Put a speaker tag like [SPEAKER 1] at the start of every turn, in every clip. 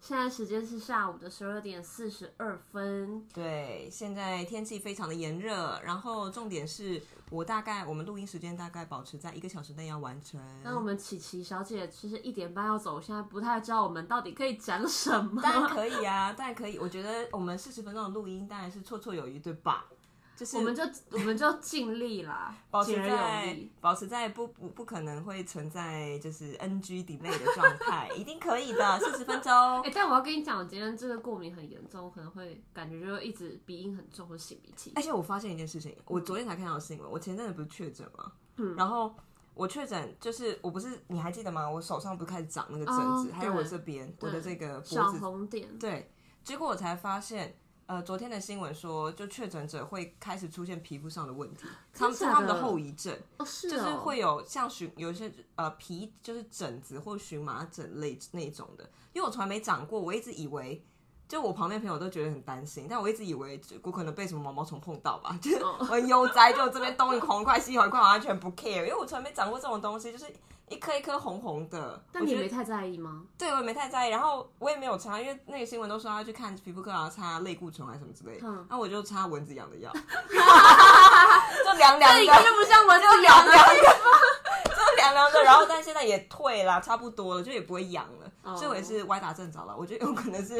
[SPEAKER 1] 现在时间是下午的十二点四十二分。
[SPEAKER 2] 对，现在天气非常的炎热，然后重点是我大概我们录音时间大概保持在一个小时内要完成。
[SPEAKER 1] 那我们琪琪小姐其实一点半要走，现在不太知道我们到底可以讲什么。
[SPEAKER 2] 当然可以啊，当然可以。我觉得我们四十分钟的录音当然是绰绰有余，对吧？就是
[SPEAKER 1] 我们就我们就尽力啦，
[SPEAKER 2] 保持
[SPEAKER 1] 尽人有
[SPEAKER 2] 在
[SPEAKER 1] 力。
[SPEAKER 2] 保持在不不不可能会存在就是 NG delay 的状态，一定可以的，四十分钟
[SPEAKER 1] 哎、。但我要跟你讲，我今天这个过敏很严重，我可能会感觉就一直鼻音很重，或擤鼻涕
[SPEAKER 2] 而。且我发现一件事情，
[SPEAKER 1] 嗯
[SPEAKER 2] 我昨天才看到的新闻，我前阵子不是确诊吗？然后我确诊就是我不是你还记得吗？我手上不是开始长那个疹
[SPEAKER 1] 哦
[SPEAKER 2] 子，还有
[SPEAKER 1] 对
[SPEAKER 2] 我这边我的这个脖
[SPEAKER 1] 小
[SPEAKER 2] 子，
[SPEAKER 1] 红点，
[SPEAKER 2] 对，结果我才发现。呃，昨天的新闻说，就确诊者会开始出现皮肤上的问题，他们是
[SPEAKER 1] 假
[SPEAKER 2] 他们的
[SPEAKER 1] 的
[SPEAKER 2] 后遗症，
[SPEAKER 1] 哦是哦，
[SPEAKER 2] 就是会有像荨，有一些呃皮就是疹子或荨麻疹类那种的，因为我从来没长过，我一直以为。就我旁边朋友都觉得很担心，但我一直以为就我可能被什么毛毛虫碰到吧，就是
[SPEAKER 1] 哦
[SPEAKER 2] 我很悠哉，就这边东一狂一块西一块，我完全不 care，因为我从来没长过这种东西，就是一颗一颗红红的。
[SPEAKER 1] 但你
[SPEAKER 2] 我觉
[SPEAKER 1] 也没
[SPEAKER 2] 得
[SPEAKER 1] 太在意吗？
[SPEAKER 2] 对我也没太在意，然后我也没有擦，因为那个新闻都说要去看皮肤科，然后擦类固醇啊还是什么之类的，
[SPEAKER 1] 嗯
[SPEAKER 2] 那、我就擦蚊子痒 的药， 就凉凉的。
[SPEAKER 1] 这一看就不像 蚊子咬的。
[SPEAKER 2] 就凉凉的，然后但现在也退啦，差不多了，就也不会痒了。
[SPEAKER 1] 哦
[SPEAKER 2] 所以我也是歪打正着了，我觉得有可能是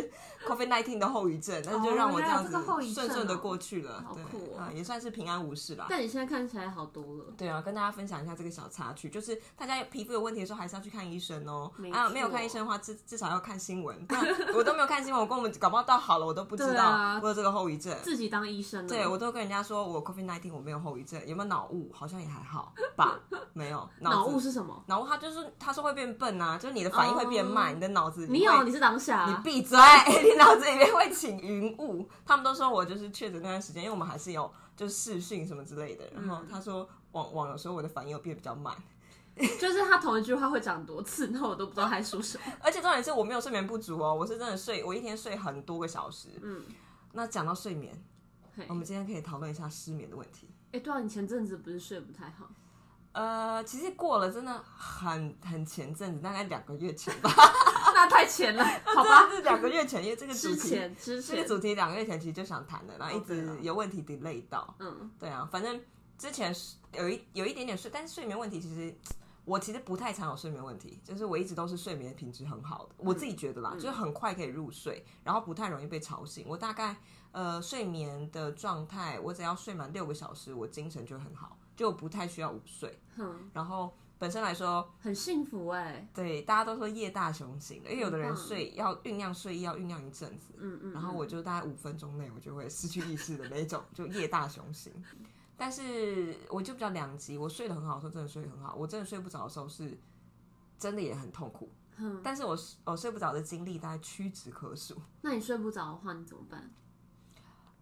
[SPEAKER 2] COVID 1 9的后遗症，但是就让我这样子
[SPEAKER 1] 原来有这个后遗症
[SPEAKER 2] 顺
[SPEAKER 1] 哦
[SPEAKER 2] 顺的过去了，
[SPEAKER 1] 好
[SPEAKER 2] 对
[SPEAKER 1] 酷哦
[SPEAKER 2] 啊，也算是平安无事啦。
[SPEAKER 1] 但你现在看起来好多了。
[SPEAKER 2] 对啊，跟大家分享一下这个小插曲，就是大家皮肤有问题的时候，还是要去看医生哦
[SPEAKER 1] 没。
[SPEAKER 2] 啊，
[SPEAKER 1] 错
[SPEAKER 2] 没有看医生的话，至至少要看新闻。不然我都没有看新闻，我跟我们搞不好到好了，我都不知
[SPEAKER 1] 对
[SPEAKER 2] 道
[SPEAKER 1] 啊
[SPEAKER 2] 我有这个后遗症。
[SPEAKER 1] 自己当医生了。
[SPEAKER 2] 对，我都跟人家说我 COVID 1 9我没有后遗症，有没有脑雾？好像也还好吧，没有
[SPEAKER 1] 脑
[SPEAKER 2] 子
[SPEAKER 1] 雾是什么？
[SPEAKER 2] 然后他就是他说会变笨啊，就是你的反应会变慢，
[SPEAKER 1] 哦
[SPEAKER 2] 你的脑子
[SPEAKER 1] 你
[SPEAKER 2] 会
[SPEAKER 1] 有，你是当下、
[SPEAKER 2] 你
[SPEAKER 1] 啊。
[SPEAKER 2] 闭嘴， 你脑子里面会起云雾。他们都说我就是确诊那段时间，因为我们还是有就是视讯什么之类的。然
[SPEAKER 1] 嗯
[SPEAKER 2] 后他说网网有时候我的反应有变比较慢，
[SPEAKER 1] 就是他同一句话会讲多次，然后我都不知道他在说什么。
[SPEAKER 2] 而且重点是我没有睡眠不足哦，我是真的睡，我一天睡很多个小时。
[SPEAKER 1] 嗯，
[SPEAKER 2] 那讲到睡眠，
[SPEAKER 1] 嘿
[SPEAKER 2] 我们今天可以讨论一下失眠的问题。
[SPEAKER 1] 哎、对啊，你前阵子不是睡不太好？
[SPEAKER 2] 呃，其实过了真的很很前阵子，大概两个月前吧，
[SPEAKER 1] 那太浅 了，好
[SPEAKER 2] 真
[SPEAKER 1] 吧
[SPEAKER 2] 的。是两个月前，因为这个主
[SPEAKER 1] 之
[SPEAKER 2] 题
[SPEAKER 1] 前之
[SPEAKER 2] 这个
[SPEAKER 1] 前，
[SPEAKER 2] 主题两个月前其实就想谈的，然后一
[SPEAKER 1] 哦对
[SPEAKER 2] 直
[SPEAKER 1] 啊
[SPEAKER 2] 有问题 delay 到。
[SPEAKER 1] 嗯，
[SPEAKER 2] 对啊，反正之前是有一有一点点睡，但是睡眠问题其实我其实不太常有睡眠问题，就是我一直都是睡眠品质很好的，我自己觉得啦，就是很快可以入睡，然后不太容易被吵醒。我大概呃睡眠的状态，我只要睡满六个小时，我精神就会很好，就不太需要午睡。
[SPEAKER 1] 哼，
[SPEAKER 2] 然后本身来说，
[SPEAKER 1] 很幸福哎、
[SPEAKER 2] 对，大家都说夜大雄醒的，因为有的人
[SPEAKER 1] 很棒
[SPEAKER 2] 睡要酝酿睡意要酝酿一阵子，
[SPEAKER 1] 嗯嗯
[SPEAKER 2] 然后我就大概五分钟内我就会失去意识的那一种，就夜大雄醒。但是我就比较两极，我睡得很好的时候真的睡得很好，我真的睡不着的时候是真的也很痛苦。
[SPEAKER 1] 哼，
[SPEAKER 2] 但是我我睡不着的经历大概屈指可数。
[SPEAKER 1] 那你睡不着的话，你怎么办？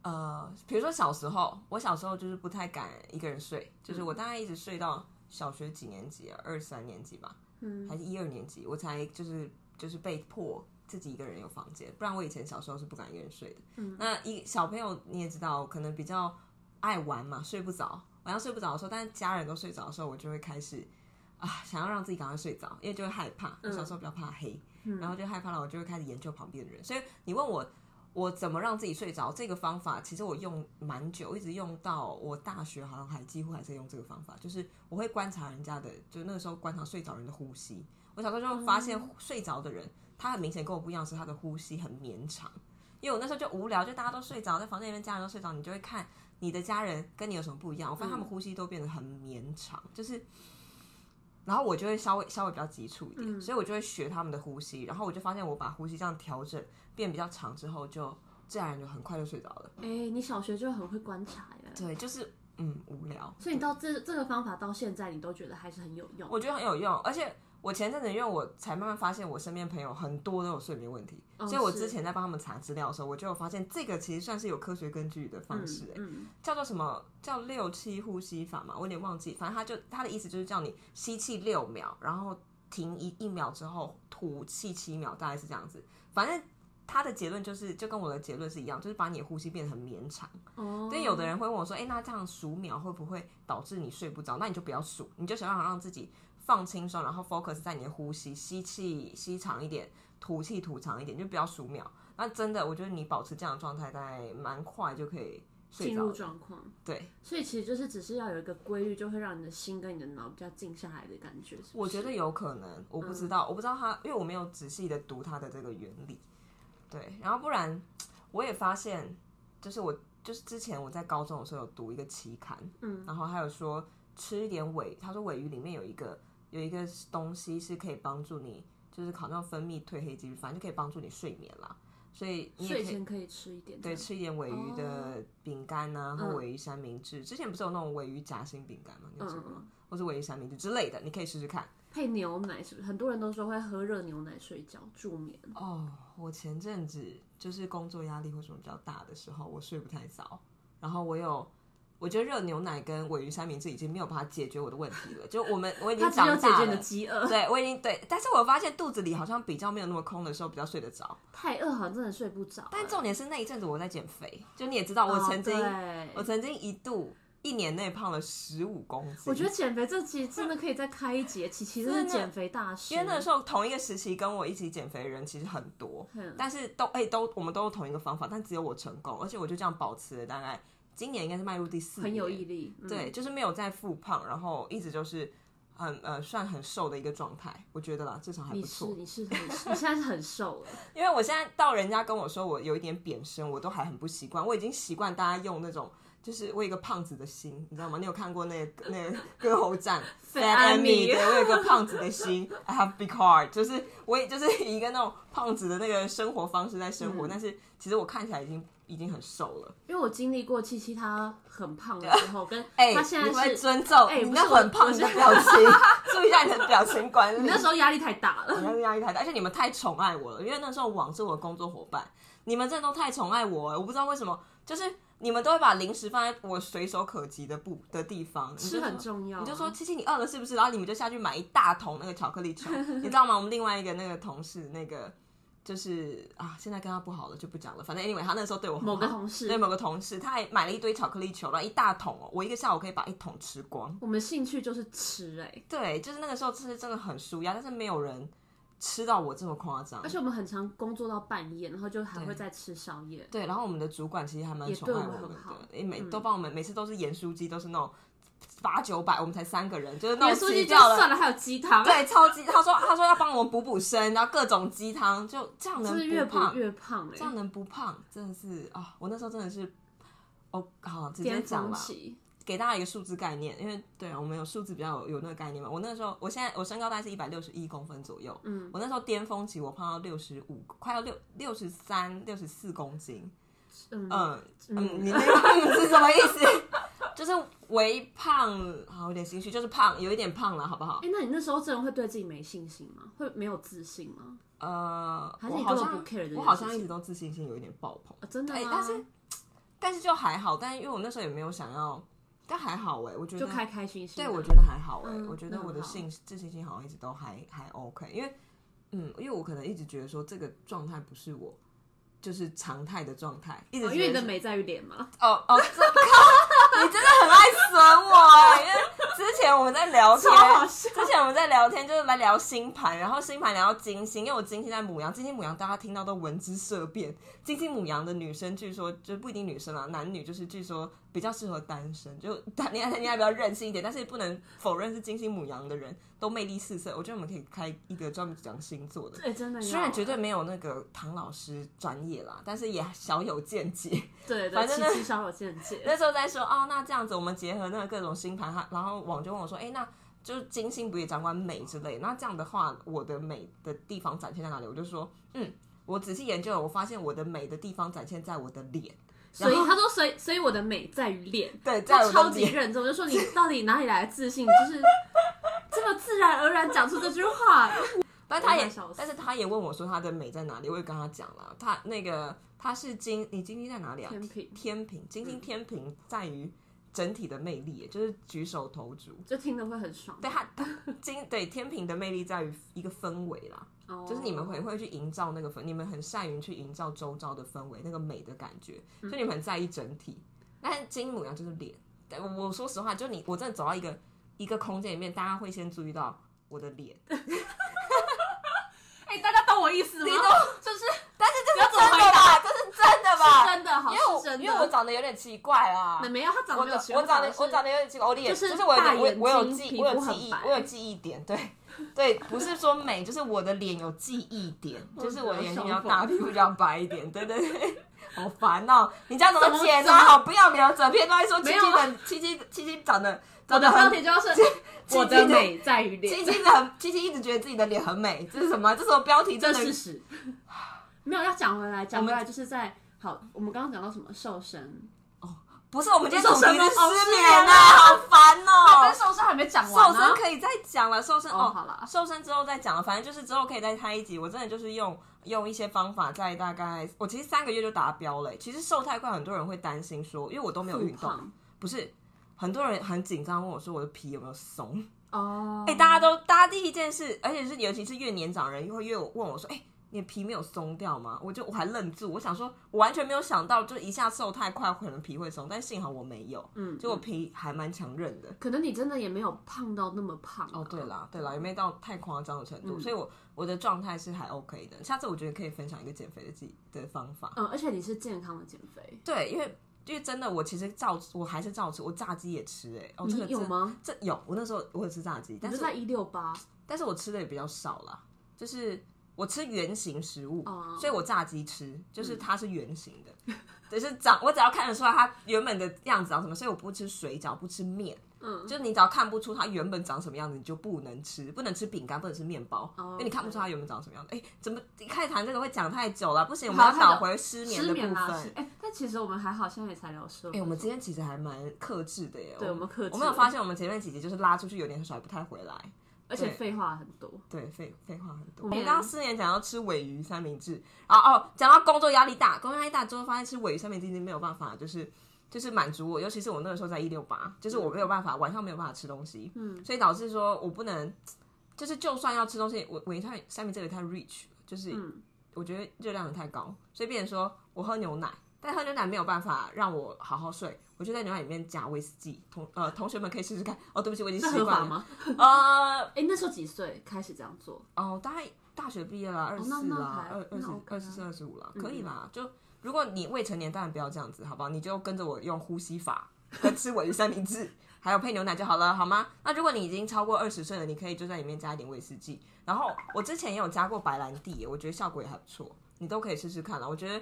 [SPEAKER 2] 呃，比如说小时候，我小时候就是不太敢一个人睡，就是
[SPEAKER 1] 嗯
[SPEAKER 2] 我大概一直睡到小学几年级啊，二三年级吧，
[SPEAKER 1] 嗯，
[SPEAKER 2] 还是一二年级，我才就是就是被迫自己一个人有房间，不然我以前小时候是不敢一个人睡的。嗯，那一小朋友你也知道，可能比较爱玩嘛，睡不着，晚上睡不着的时候，但是家人都睡着的时候，我就会开始。啊，想要让自己赶快睡着，因为就会害怕。我小时候比较怕黑，然后就害怕了，我就会开始研究旁边的人。所以你问我我怎么让自己睡着这个方法，其实我用蛮久，一直用到我大学，好像还几乎还在用这个方法。就是我会观察人家的，就那个时候观察睡着人的呼吸。我小时候就发现睡着的人，他很明显跟我不一样，是他的呼吸很绵长。因为我那时候就无聊，就大家都睡着，在房间里面家人都睡着，你就会看你的家人跟你有什么不一样。我发现
[SPEAKER 1] 嗯
[SPEAKER 2] 他们呼吸都变得很绵长，就是，然后我就会稍微稍微比较急促一
[SPEAKER 1] 嗯
[SPEAKER 2] 点，所以我就会学他们的呼吸，然后我就发现我把呼吸这样调整变比较长之后就，自然而然就很快就睡着了。
[SPEAKER 1] 哎、你小学就很会观察耶，
[SPEAKER 2] 对，就是嗯无聊，
[SPEAKER 1] 所以你到这这个方法到现在，你都觉得还是很有用。嗯
[SPEAKER 2] 我觉得很有用，而且。我前阵子，因为我才慢慢发现，我身边朋友很多都有睡眠问题，
[SPEAKER 1] 哦
[SPEAKER 2] 所以我
[SPEAKER 1] 是
[SPEAKER 2] 之前在帮他们查资料的时候，我就有发现这个其实算是有科学根据的方式、欸
[SPEAKER 1] 嗯，
[SPEAKER 2] 叫做什么叫六七呼吸法嘛，我有点忘记。反正他就他的意思就是叫你吸气六秒，然后停一一秒之后吐气七秒，大概是这样子。反正他的结论就是，就跟我的结论是一样，就是把你的呼吸变得很绵长。
[SPEAKER 1] 嗯哦，
[SPEAKER 2] 欸所以有的人会问我说：“哎、那这样数秒会不会导致你睡不着？”那你就不要数，你就想办法让自己放轻松，然后 focus 在你的呼吸，吸气吸长一点，吐气吐长一点，就不要数秒。那真的，我觉得你保持这样的状态，大概蛮快就可以睡
[SPEAKER 1] 进
[SPEAKER 2] 着
[SPEAKER 1] 入
[SPEAKER 2] 了。
[SPEAKER 1] 状况。
[SPEAKER 2] 对，
[SPEAKER 1] 所以其实就是只是要有一个规律，就会让你的心跟你的脑比较静下来的感觉。是不是嗯
[SPEAKER 2] 我觉得有可能，我不知道，我不知道它，因为我没有仔细的读它的这个原理。对，然后不然我也发现，就是我就是之前我在高中的时候有读一个期刊，嗯，然后还有说吃一点尾，他说尾鱼里面有一个有一个东西是可以帮助你，就是好像分泌褪黑激素，反正就可以帮助你睡眠啦。所以你
[SPEAKER 1] 睡
[SPEAKER 2] 也可以
[SPEAKER 1] 前可以吃一点，
[SPEAKER 2] 对，吃一点尾鱼的
[SPEAKER 1] 哦
[SPEAKER 2] 饼干啊，
[SPEAKER 1] 嗯
[SPEAKER 2] 或尾鱼三明治。之前不是有那种尾鱼夹心饼干吗？你有吃过吗？或是尾鱼三明治之类的，你可以试试看。
[SPEAKER 1] 嗯配牛奶是不是？很多人都说会喝热牛奶睡觉助眠。
[SPEAKER 2] 哦，我前阵子就是工作压力或什么比较大的时候，我睡不太着，然后我有。我觉得热牛奶跟尾鱼三明治已经没有办法解决我的问题了，就我们 我已经
[SPEAKER 1] 它只有
[SPEAKER 2] 长
[SPEAKER 1] 解
[SPEAKER 2] 大
[SPEAKER 1] 决你的
[SPEAKER 2] 了，
[SPEAKER 1] 饥饿，
[SPEAKER 2] 对我已经对，但是我发现肚子里好像比较没有那么空的时候比较睡得着，
[SPEAKER 1] 太饿好像真的睡不着。
[SPEAKER 2] 但
[SPEAKER 1] 哎
[SPEAKER 2] 重点是那一阵子我在减肥，就你也知道我曾经、
[SPEAKER 1] 哦
[SPEAKER 2] 我
[SPEAKER 1] 对
[SPEAKER 2] 曾经一度一年内胖了十五公斤，
[SPEAKER 1] 我觉得减肥这期真的可以再开一节，琪琪真
[SPEAKER 2] 真
[SPEAKER 1] 是
[SPEAKER 2] 的
[SPEAKER 1] 减肥大师。
[SPEAKER 2] 因为那个时候同一个时期跟我一起减肥的人其实很多，
[SPEAKER 1] 嗯
[SPEAKER 2] 但是都哎、都我们都有同一个方法，但只有我成功，而且我就这样保持了大概今年应该是迈入第四年，
[SPEAKER 1] 很有毅力，嗯
[SPEAKER 2] 对，就是没有再复胖，然后一直就是很呃算很瘦的一个状态，我觉得啦，至少还不
[SPEAKER 1] 你是
[SPEAKER 2] 错。
[SPEAKER 1] 你是很，你现在是很瘦了，
[SPEAKER 2] 因为我现在到人家跟我说我有一点扁身，我都还很不习惯，我已经习惯大家用那种。就是我有一个胖子的心，你知道吗？你有看过那个那个歌喉战
[SPEAKER 1] Fat Amy
[SPEAKER 2] 对，我有一个胖子的心，I have big heart，就是我也就是以一个那种胖子的那个生活方式在生活，但是其实我看起来已经已经很瘦了。
[SPEAKER 1] 嗯因为我经历过七七她很胖的时候，跟
[SPEAKER 2] 哎、
[SPEAKER 1] 她现
[SPEAKER 2] 你会
[SPEAKER 1] 在是，
[SPEAKER 2] 尊重、
[SPEAKER 1] 哎
[SPEAKER 2] 你
[SPEAKER 1] 不
[SPEAKER 2] 那
[SPEAKER 1] 是我
[SPEAKER 2] 很胖的表情，注意一下你的表情管理。
[SPEAKER 1] 你那时候压力太大了。
[SPEAKER 2] 我真是压力太大，而且你们太宠爱我了，因为那时候网是我的工作伙伴，你们真的都太宠爱我了，我不知道为什么，就是你们都会把零食放在我随手可及的不的地方，你就
[SPEAKER 1] 吃很
[SPEAKER 2] 说
[SPEAKER 1] 重要啊、
[SPEAKER 2] 你就说七七你饿了是不是？然后你们就下去买一大桶那个巧克力球，你知道吗？我们另外一个那个同事那个。就是啊，现在跟他不好了，就不讲了。反正 anyway，他那时候对我很好
[SPEAKER 1] 某个同事
[SPEAKER 2] 对某个同事，他还买了一堆巧克力球，然后一大桶哦，我一个下午可以把一桶吃光。
[SPEAKER 1] 我们兴趣就是吃哎、
[SPEAKER 2] 对，就是那个时候吃真的很舒压，但是没有人吃到我这么夸张
[SPEAKER 1] 而。且我们很常工作到半夜，然后就还会再吃宵夜。
[SPEAKER 2] 对，然后我们的主管其实还蛮
[SPEAKER 1] 也
[SPEAKER 2] 宠
[SPEAKER 1] 对
[SPEAKER 2] 爱
[SPEAKER 1] 我们
[SPEAKER 2] 我
[SPEAKER 1] 很
[SPEAKER 2] 们
[SPEAKER 1] 好嗯
[SPEAKER 2] 的，也每都帮我们，每次都是盐酥鸡，都是那种八九百，我们才三个人，就是那
[SPEAKER 1] 盐
[SPEAKER 2] 种
[SPEAKER 1] 酥
[SPEAKER 2] 起
[SPEAKER 1] 鸡就
[SPEAKER 2] 掉了。
[SPEAKER 1] 算了，还有鸡汤，
[SPEAKER 2] 对，超级他说他说要帮我们补补身，然后各种鸡汤，就这样能
[SPEAKER 1] 就是
[SPEAKER 2] 不
[SPEAKER 1] 越
[SPEAKER 2] 胖，
[SPEAKER 1] 补越胖哎、
[SPEAKER 2] 这样能不胖，真的是啊、我那时候真的是，哦，好，直接
[SPEAKER 1] 巅
[SPEAKER 2] 讲
[SPEAKER 1] 峰
[SPEAKER 2] 吧，
[SPEAKER 1] 期，
[SPEAKER 2] 给大家一个数字概念，因为对啊，我们有数字比较有有那个概念嘛。我那时候，我现在我身高大概是一百六十一公分左右，
[SPEAKER 1] 嗯，
[SPEAKER 2] 我那时候巅峰期我胖到六十五，快要六六十三、六十四公斤。
[SPEAKER 1] 嗯
[SPEAKER 2] 嗯嗯，
[SPEAKER 1] 嗯
[SPEAKER 2] 你那个嗯是什么意思？ 就是微胖，好有点心虚，就是胖，有一点胖了，好不好？
[SPEAKER 1] 哎、那你那时候真的会对自己没信心吗？会没有自信吗？
[SPEAKER 2] 呃，
[SPEAKER 1] 还是
[SPEAKER 2] 我
[SPEAKER 1] 你
[SPEAKER 2] 好
[SPEAKER 1] 根本
[SPEAKER 2] 像
[SPEAKER 1] 不 care 这件
[SPEAKER 2] 我好像
[SPEAKER 1] 事
[SPEAKER 2] 一
[SPEAKER 1] 情
[SPEAKER 2] 直都自信心有一点爆棚。
[SPEAKER 1] 啊，真的吗？
[SPEAKER 2] 哎但是但是就还好，但因为我那时候也没有想要，但还好哎、我觉
[SPEAKER 1] 就
[SPEAKER 2] 得
[SPEAKER 1] 开开心心
[SPEAKER 2] 对
[SPEAKER 1] 的。
[SPEAKER 2] 我觉得还好哎、
[SPEAKER 1] 嗯
[SPEAKER 2] 我觉
[SPEAKER 1] 那
[SPEAKER 2] 得
[SPEAKER 1] 很
[SPEAKER 2] 我的
[SPEAKER 1] 好
[SPEAKER 2] 信自信心好像一直都还还 OK，因为嗯，因为我可能一直觉得说这个状态不是我就是常态的状态，一直
[SPEAKER 1] 哦
[SPEAKER 2] 觉
[SPEAKER 1] 因为你的
[SPEAKER 2] 得是
[SPEAKER 1] 美在于脸 嘛，
[SPEAKER 2] 哦哦，这个你真的很爱损我哎、因为之前我们在聊天
[SPEAKER 1] 超。好笑。
[SPEAKER 2] 之前我们在聊天，就是来聊星盘，然后星盘聊到金星，因为我金星在母羊，金星母羊大家听到都闻之色变。金星母羊的女生，据说就不一定女生啦，男女就是据说比较适合单身，就谈恋爱谈恋爱比较任性一点，但是不能否认是金星母羊的人都魅力四射。我觉得我们可以开一个专门讲星座的，
[SPEAKER 1] 对，真的要。
[SPEAKER 2] 虽然绝对没有那个唐老师专业啦，但是也小有见解。
[SPEAKER 1] 对
[SPEAKER 2] 反
[SPEAKER 1] 对，
[SPEAKER 2] 正
[SPEAKER 1] 其
[SPEAKER 2] 呢
[SPEAKER 1] 实少有见解。
[SPEAKER 2] 那时候在说哦，那这样子我们结合那个各种星盘，他然后网就问我说，哎、那就是金星不也掌管美之类？那这样的话，我的美的地方展现在哪里？我就说，嗯，我仔细研究了，我发现我的美的地方展现在我的脸，
[SPEAKER 1] 所以他说，所以所以我的美在于脸，
[SPEAKER 2] 对，在
[SPEAKER 1] 他
[SPEAKER 2] 我的
[SPEAKER 1] 超级
[SPEAKER 2] 脸。
[SPEAKER 1] 认真，我就说你到底哪里来的自信？就是这么自然而然讲出这句话，
[SPEAKER 2] 但他也
[SPEAKER 1] 我快笑死，
[SPEAKER 2] 但是他也问我说他的美在哪里，我也跟他讲了，他那个他是金，你金星在哪里啊？
[SPEAKER 1] 天平嗯
[SPEAKER 2] 天平，金星天平在于整体的魅力，就是举手投足。
[SPEAKER 1] 就听得会很爽。
[SPEAKER 2] 对他，他金对天平的魅力在于一个氛围啦，
[SPEAKER 1] 哦
[SPEAKER 2] 就是你们会会去营造那个氛，你们很善于去营造周遭的氛围，那个美的感觉，所以你们很在意整体。但是金母羊就是脸，但我我说实话，就你我真的走到一个一个空间里面，大家会先注意到我的脸，
[SPEAKER 1] 哎、大家懂我意思吗？
[SPEAKER 2] 你懂
[SPEAKER 1] 就是
[SPEAKER 2] 但是这
[SPEAKER 1] 要
[SPEAKER 2] 是
[SPEAKER 1] 怎么
[SPEAKER 2] 真的吧？这是真的吧？
[SPEAKER 1] 是 真的好
[SPEAKER 2] 因为
[SPEAKER 1] 是真
[SPEAKER 2] 我
[SPEAKER 1] 的
[SPEAKER 2] 因为我长得有点奇怪啊啦
[SPEAKER 1] 没。没有，他长得
[SPEAKER 2] 我
[SPEAKER 1] 没有
[SPEAKER 2] 长
[SPEAKER 1] 奇怪，
[SPEAKER 2] 我长得
[SPEAKER 1] 他
[SPEAKER 2] 我长得有点奇怪，我
[SPEAKER 1] 就
[SPEAKER 2] 脸
[SPEAKER 1] 是
[SPEAKER 2] 是我有
[SPEAKER 1] 大
[SPEAKER 2] 点我
[SPEAKER 1] 眼
[SPEAKER 2] 我有
[SPEAKER 1] 睛
[SPEAKER 2] 记
[SPEAKER 1] 皮
[SPEAKER 2] 我有
[SPEAKER 1] 肤很
[SPEAKER 2] 记忆
[SPEAKER 1] 白
[SPEAKER 2] 我有记忆点，对对，不是说美，就是我的脸有记忆点，就是我的眼睛比较大，
[SPEAKER 1] 我
[SPEAKER 2] 屁股比较白一点，对对对。好烦哦！你这样怎么剪
[SPEAKER 1] 怎
[SPEAKER 2] 啊？
[SPEAKER 1] 么
[SPEAKER 2] 好不要脸哦！整篇都在说七
[SPEAKER 1] 没
[SPEAKER 2] 七
[SPEAKER 1] 有啊
[SPEAKER 2] 的七七七七长得
[SPEAKER 1] 我
[SPEAKER 2] 长得
[SPEAKER 1] 的标
[SPEAKER 2] 很
[SPEAKER 1] 题就是
[SPEAKER 2] 这
[SPEAKER 1] 我的美在于
[SPEAKER 2] 七
[SPEAKER 1] 脸，
[SPEAKER 2] 七一直很七七一直觉得自己的脸很美，这是什么？这是我标题
[SPEAKER 1] 这
[SPEAKER 2] 真
[SPEAKER 1] 是
[SPEAKER 2] 的
[SPEAKER 1] 事实。没有要讲回来，讲
[SPEAKER 2] 我们
[SPEAKER 1] 回来就是在好，我们刚刚讲到什么瘦身，
[SPEAKER 2] 不是我们今天主题
[SPEAKER 1] 这是什
[SPEAKER 2] 是
[SPEAKER 1] 么哦
[SPEAKER 2] 失
[SPEAKER 1] 失
[SPEAKER 2] 眠
[SPEAKER 1] 眠
[SPEAKER 2] 啊，
[SPEAKER 1] 啊
[SPEAKER 2] 好烦哦
[SPEAKER 1] 但！瘦身还没讲
[SPEAKER 2] 瘦
[SPEAKER 1] 完
[SPEAKER 2] 身
[SPEAKER 1] 呢。
[SPEAKER 2] 可以再讲了，瘦身
[SPEAKER 1] 啊哦
[SPEAKER 2] 哦，
[SPEAKER 1] 好啦
[SPEAKER 2] 瘦身之后再讲了，反正就是之后可以再开一集。我真的就是用用一些方法，在大概我其实三个月就达标了欸。其实瘦太快，很多人会担心说，因为我都没有
[SPEAKER 1] 复
[SPEAKER 2] 运动，
[SPEAKER 1] 胖
[SPEAKER 2] 不是很多人很紧张问我说我的皮有没有松？
[SPEAKER 1] 哦，
[SPEAKER 2] 哎、大家都大家第一件事，而且是尤其是越年长人，会越问我说，哎、你的皮没有松掉吗？我就我还愣住，我想说，我完全没有想到，就一下瘦太快，可能皮会松，但幸好我没有，
[SPEAKER 1] 嗯，
[SPEAKER 2] 就我
[SPEAKER 1] 嗯
[SPEAKER 2] 皮还蛮强韧的。
[SPEAKER 1] 可能你真的也没有胖到那么胖
[SPEAKER 2] 哦，对啦，对啦，也没到太夸张的程度，
[SPEAKER 1] 嗯
[SPEAKER 2] 所以我我的状态是还 OK 的。下次我觉得可以分享一个减肥的计的方法。
[SPEAKER 1] 嗯，而且你是健康的减肥，
[SPEAKER 2] 对，因为因为真的，我其实照我还是照吃，我炸鸡也吃哎、欸哦，这个
[SPEAKER 1] 你有
[SPEAKER 2] 这
[SPEAKER 1] 吗？
[SPEAKER 2] 这有，我那时候我有吃炸鸡，
[SPEAKER 1] 你
[SPEAKER 2] 但
[SPEAKER 1] 就是在一六八
[SPEAKER 2] 但是我吃的也比较少啦，就是我吃圆形食物，
[SPEAKER 1] 哦嗯
[SPEAKER 2] 所以我炸鸡吃就是它是圆形的，就是长我只要看得出来它原本的样子长什么，所以我不吃水饺，不吃面，
[SPEAKER 1] 嗯，
[SPEAKER 2] 就你只要看不出它原本长什么样子，你就不能吃，不能吃饼干，不能吃面包，
[SPEAKER 1] 哦
[SPEAKER 2] 因为你看不出它
[SPEAKER 1] 对
[SPEAKER 2] 原本长什么样子。哎、怎么一开始谈这个会讲太久了？不行，我们
[SPEAKER 1] 好
[SPEAKER 2] 要
[SPEAKER 1] 太久
[SPEAKER 2] 倒回失眠
[SPEAKER 1] 失
[SPEAKER 2] 的
[SPEAKER 1] 眠
[SPEAKER 2] 部
[SPEAKER 1] 啦，
[SPEAKER 2] 分
[SPEAKER 1] 是。哎，但其实我们还好，现在也才聊十五
[SPEAKER 2] 哎、我们今天其实还蛮克制的耶。
[SPEAKER 1] 对我们克制
[SPEAKER 2] 我们有发现我们前面几集就是拉出去有点甩不太回来。
[SPEAKER 1] 而且废话很多，
[SPEAKER 2] 对，废废话很多。我
[SPEAKER 1] 我
[SPEAKER 2] 们
[SPEAKER 1] 们
[SPEAKER 2] 刚刚失眠讲到吃尾鱼三明治，啊哦，讲到工作压力大，工作压力大之后发现吃尾鱼三明治已经没有办法，就是就是满足我，尤其是我那个时候在一六八，就是我没有办法晚上没有办法吃东西，嗯，所以导致说我不能，就是就算要吃东西，我尾鱼太三明治也太 rich，了就是
[SPEAKER 1] 嗯，
[SPEAKER 2] 我觉得热量也太高，所以变成说我喝牛奶，但喝牛奶没有办法让我好好睡，我就在牛奶里面加威士忌。同呃同学们可以试试看。哦，对不起，我已经
[SPEAKER 1] 这
[SPEAKER 2] 习
[SPEAKER 1] 合法
[SPEAKER 2] 惯了。
[SPEAKER 1] 吗？
[SPEAKER 2] 呃
[SPEAKER 1] 哎，那时候几岁开始这样做？
[SPEAKER 2] 哦，大概大学毕业啦，二十
[SPEAKER 1] 哦那
[SPEAKER 2] 四
[SPEAKER 1] 那
[SPEAKER 2] 啦
[SPEAKER 1] 还，
[SPEAKER 2] 二二
[SPEAKER 1] 那
[SPEAKER 2] 十
[SPEAKER 1] OK
[SPEAKER 2] 二
[SPEAKER 1] 啊
[SPEAKER 2] 十四二十五啦，可以啦。就如果你未成年，当然不要这样子，好不好？你就跟着我用呼吸法和吃我的三明治。 还有配牛奶就好了，好吗？那如果你已经超过二十岁了，你可以就在里面加一点威士忌。然后我之前也有加过白兰地耶，我觉得效果也还不错，你都可以试试看啦。我觉得，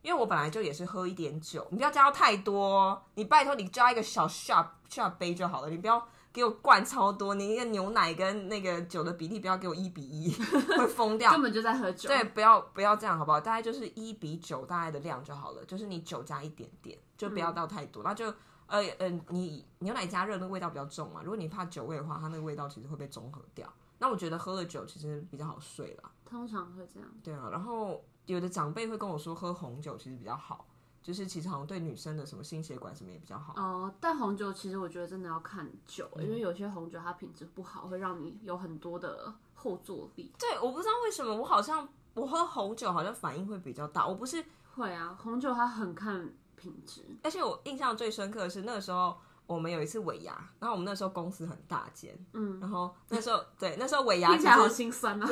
[SPEAKER 2] 因为我本来就也是喝一点酒，你不要加到太多哦，你拜托你加一个小下下杯就好了，你不要给我灌超多，你那个牛奶跟那个酒的比例不要给我一比一， 会疯掉。
[SPEAKER 1] 根本就在喝酒，
[SPEAKER 2] 对，，不要不要这样，好不好？大概就是一比九大概的量就好了，就是你酒加一点点，就不要到太多。那就呃呃，你牛奶加热那个味道比较重嘛，如果你怕酒味的话，它那个味道其实会被中和掉。那我觉得喝了酒其实比较好睡啦，
[SPEAKER 1] 通常会这样。
[SPEAKER 2] 对啊。然后有的长辈会跟我说，喝红酒其实比较好，就是其实好像对女生的什么心血管什么也比较好。
[SPEAKER 1] 哦，但红酒其实我觉得真的要看酒，因
[SPEAKER 2] 嗯
[SPEAKER 1] 为有些红酒它品质不好，会让你有很多的后坐力。
[SPEAKER 2] 对，我不知道为什么，我好像我喝红酒好像反应会比较大，我不是
[SPEAKER 1] 会啊，红酒它很看品质。
[SPEAKER 2] 而且我印象最深刻的是那个时候我们有一次尾牙，然后我们那时候公司很大间，嗯，然后那时候对那时候尾牙
[SPEAKER 1] 听
[SPEAKER 2] 其
[SPEAKER 1] 起
[SPEAKER 2] 实
[SPEAKER 1] 来好心酸啊！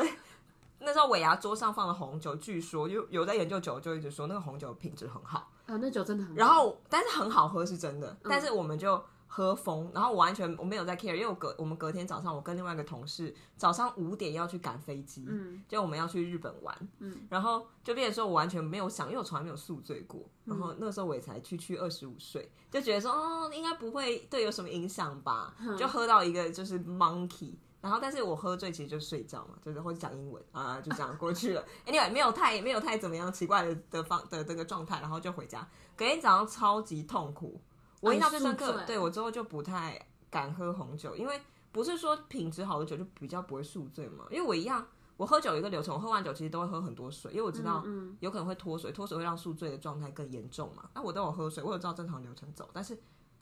[SPEAKER 2] 那时候尾牙桌上放了红酒，据说有有在研究酒，就一直说那个红酒品质很好，
[SPEAKER 1] 啊，那酒真的很好……
[SPEAKER 2] 然后但是很好喝是真的，
[SPEAKER 1] 嗯
[SPEAKER 2] 但是我们就。喝疯，然后我完全我没有在 care，因为我隔我们隔天早上，我跟另外一个同事早上五点要去赶飞机，
[SPEAKER 1] 嗯，
[SPEAKER 2] 就我们要去日本玩，嗯，然后就变成说我完全没有想，因为我从来没有宿醉过，然后那时候我也才区区二十五岁，就觉得说哦，应该不会对有什么影响吧，就喝到一个就是 monkey。然后，但是我喝醉其实就睡觉嘛，就是或者讲英文啊，就这样过去了。Anyway，没有 太没有太怎么样奇怪的的方的这个状态，然后就回家。隔天早上超级痛苦，我印象最深
[SPEAKER 1] 啊你宿
[SPEAKER 2] 刻。
[SPEAKER 1] 醉
[SPEAKER 2] 对我之后就不太敢喝红酒，因为不是说品质好的酒就比较不会宿醉嘛，因为我一样我喝酒有一个流程，我喝完酒其实都会喝很多水，因为我知道
[SPEAKER 1] 嗯
[SPEAKER 2] 有可能会脱水，脱水会让宿醉的状态更严重嘛。那我都有喝水，我有照正常流程走，但是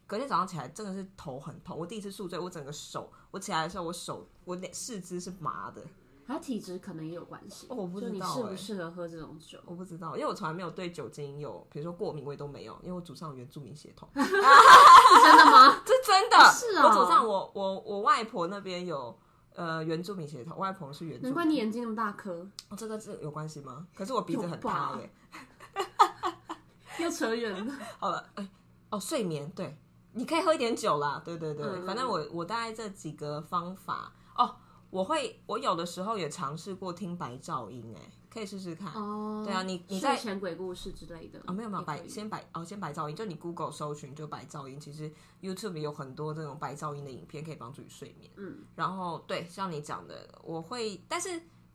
[SPEAKER 2] 隔天早上起来真的是头很痛。我第一次宿醉，我整个手，我起来的时候我手我脸四肢是麻的，
[SPEAKER 1] 它体质可能也有关系。
[SPEAKER 2] 哦我不
[SPEAKER 1] 就
[SPEAKER 2] 知
[SPEAKER 1] 你
[SPEAKER 2] 道
[SPEAKER 1] 适
[SPEAKER 2] 欸
[SPEAKER 1] 不适合喝这种酒？
[SPEAKER 2] 我不知道，因为我从来没有对酒精有比如说过敏，我也都没有，因为我祖上有原住民血 统。
[SPEAKER 1] 真的吗？
[SPEAKER 2] 这真的
[SPEAKER 1] 是哦
[SPEAKER 2] 我祖上我我我外婆那边有呃原住民血统，外婆是原住
[SPEAKER 1] 难怪
[SPEAKER 2] 民。
[SPEAKER 1] 你眼睛那么大 颗，
[SPEAKER 2] 哦、这个是有关系吗？可是我鼻子很塌
[SPEAKER 1] 有吧
[SPEAKER 2] 耶。
[SPEAKER 1] 又扯远了。
[SPEAKER 2] 好了，哎、哦，睡眠，对，你可以喝一点酒啦。对对对，
[SPEAKER 1] 嗯
[SPEAKER 2] 反正我我大概这几个方法哦，我会我有的时候也尝试过听白噪音，哎，可以试试看。
[SPEAKER 1] 哦，
[SPEAKER 2] 对啊你你在
[SPEAKER 1] 睡前鬼故事之类的
[SPEAKER 2] 啊、没有没有
[SPEAKER 1] 也可以哎
[SPEAKER 2] 白先白哦，先白噪音，就你 Google 搜寻就白噪音，其实 YouTube 有很多这种白噪音的影片可以帮助你睡眠。
[SPEAKER 1] 嗯，
[SPEAKER 2] 然后对，像你讲的，我会，但是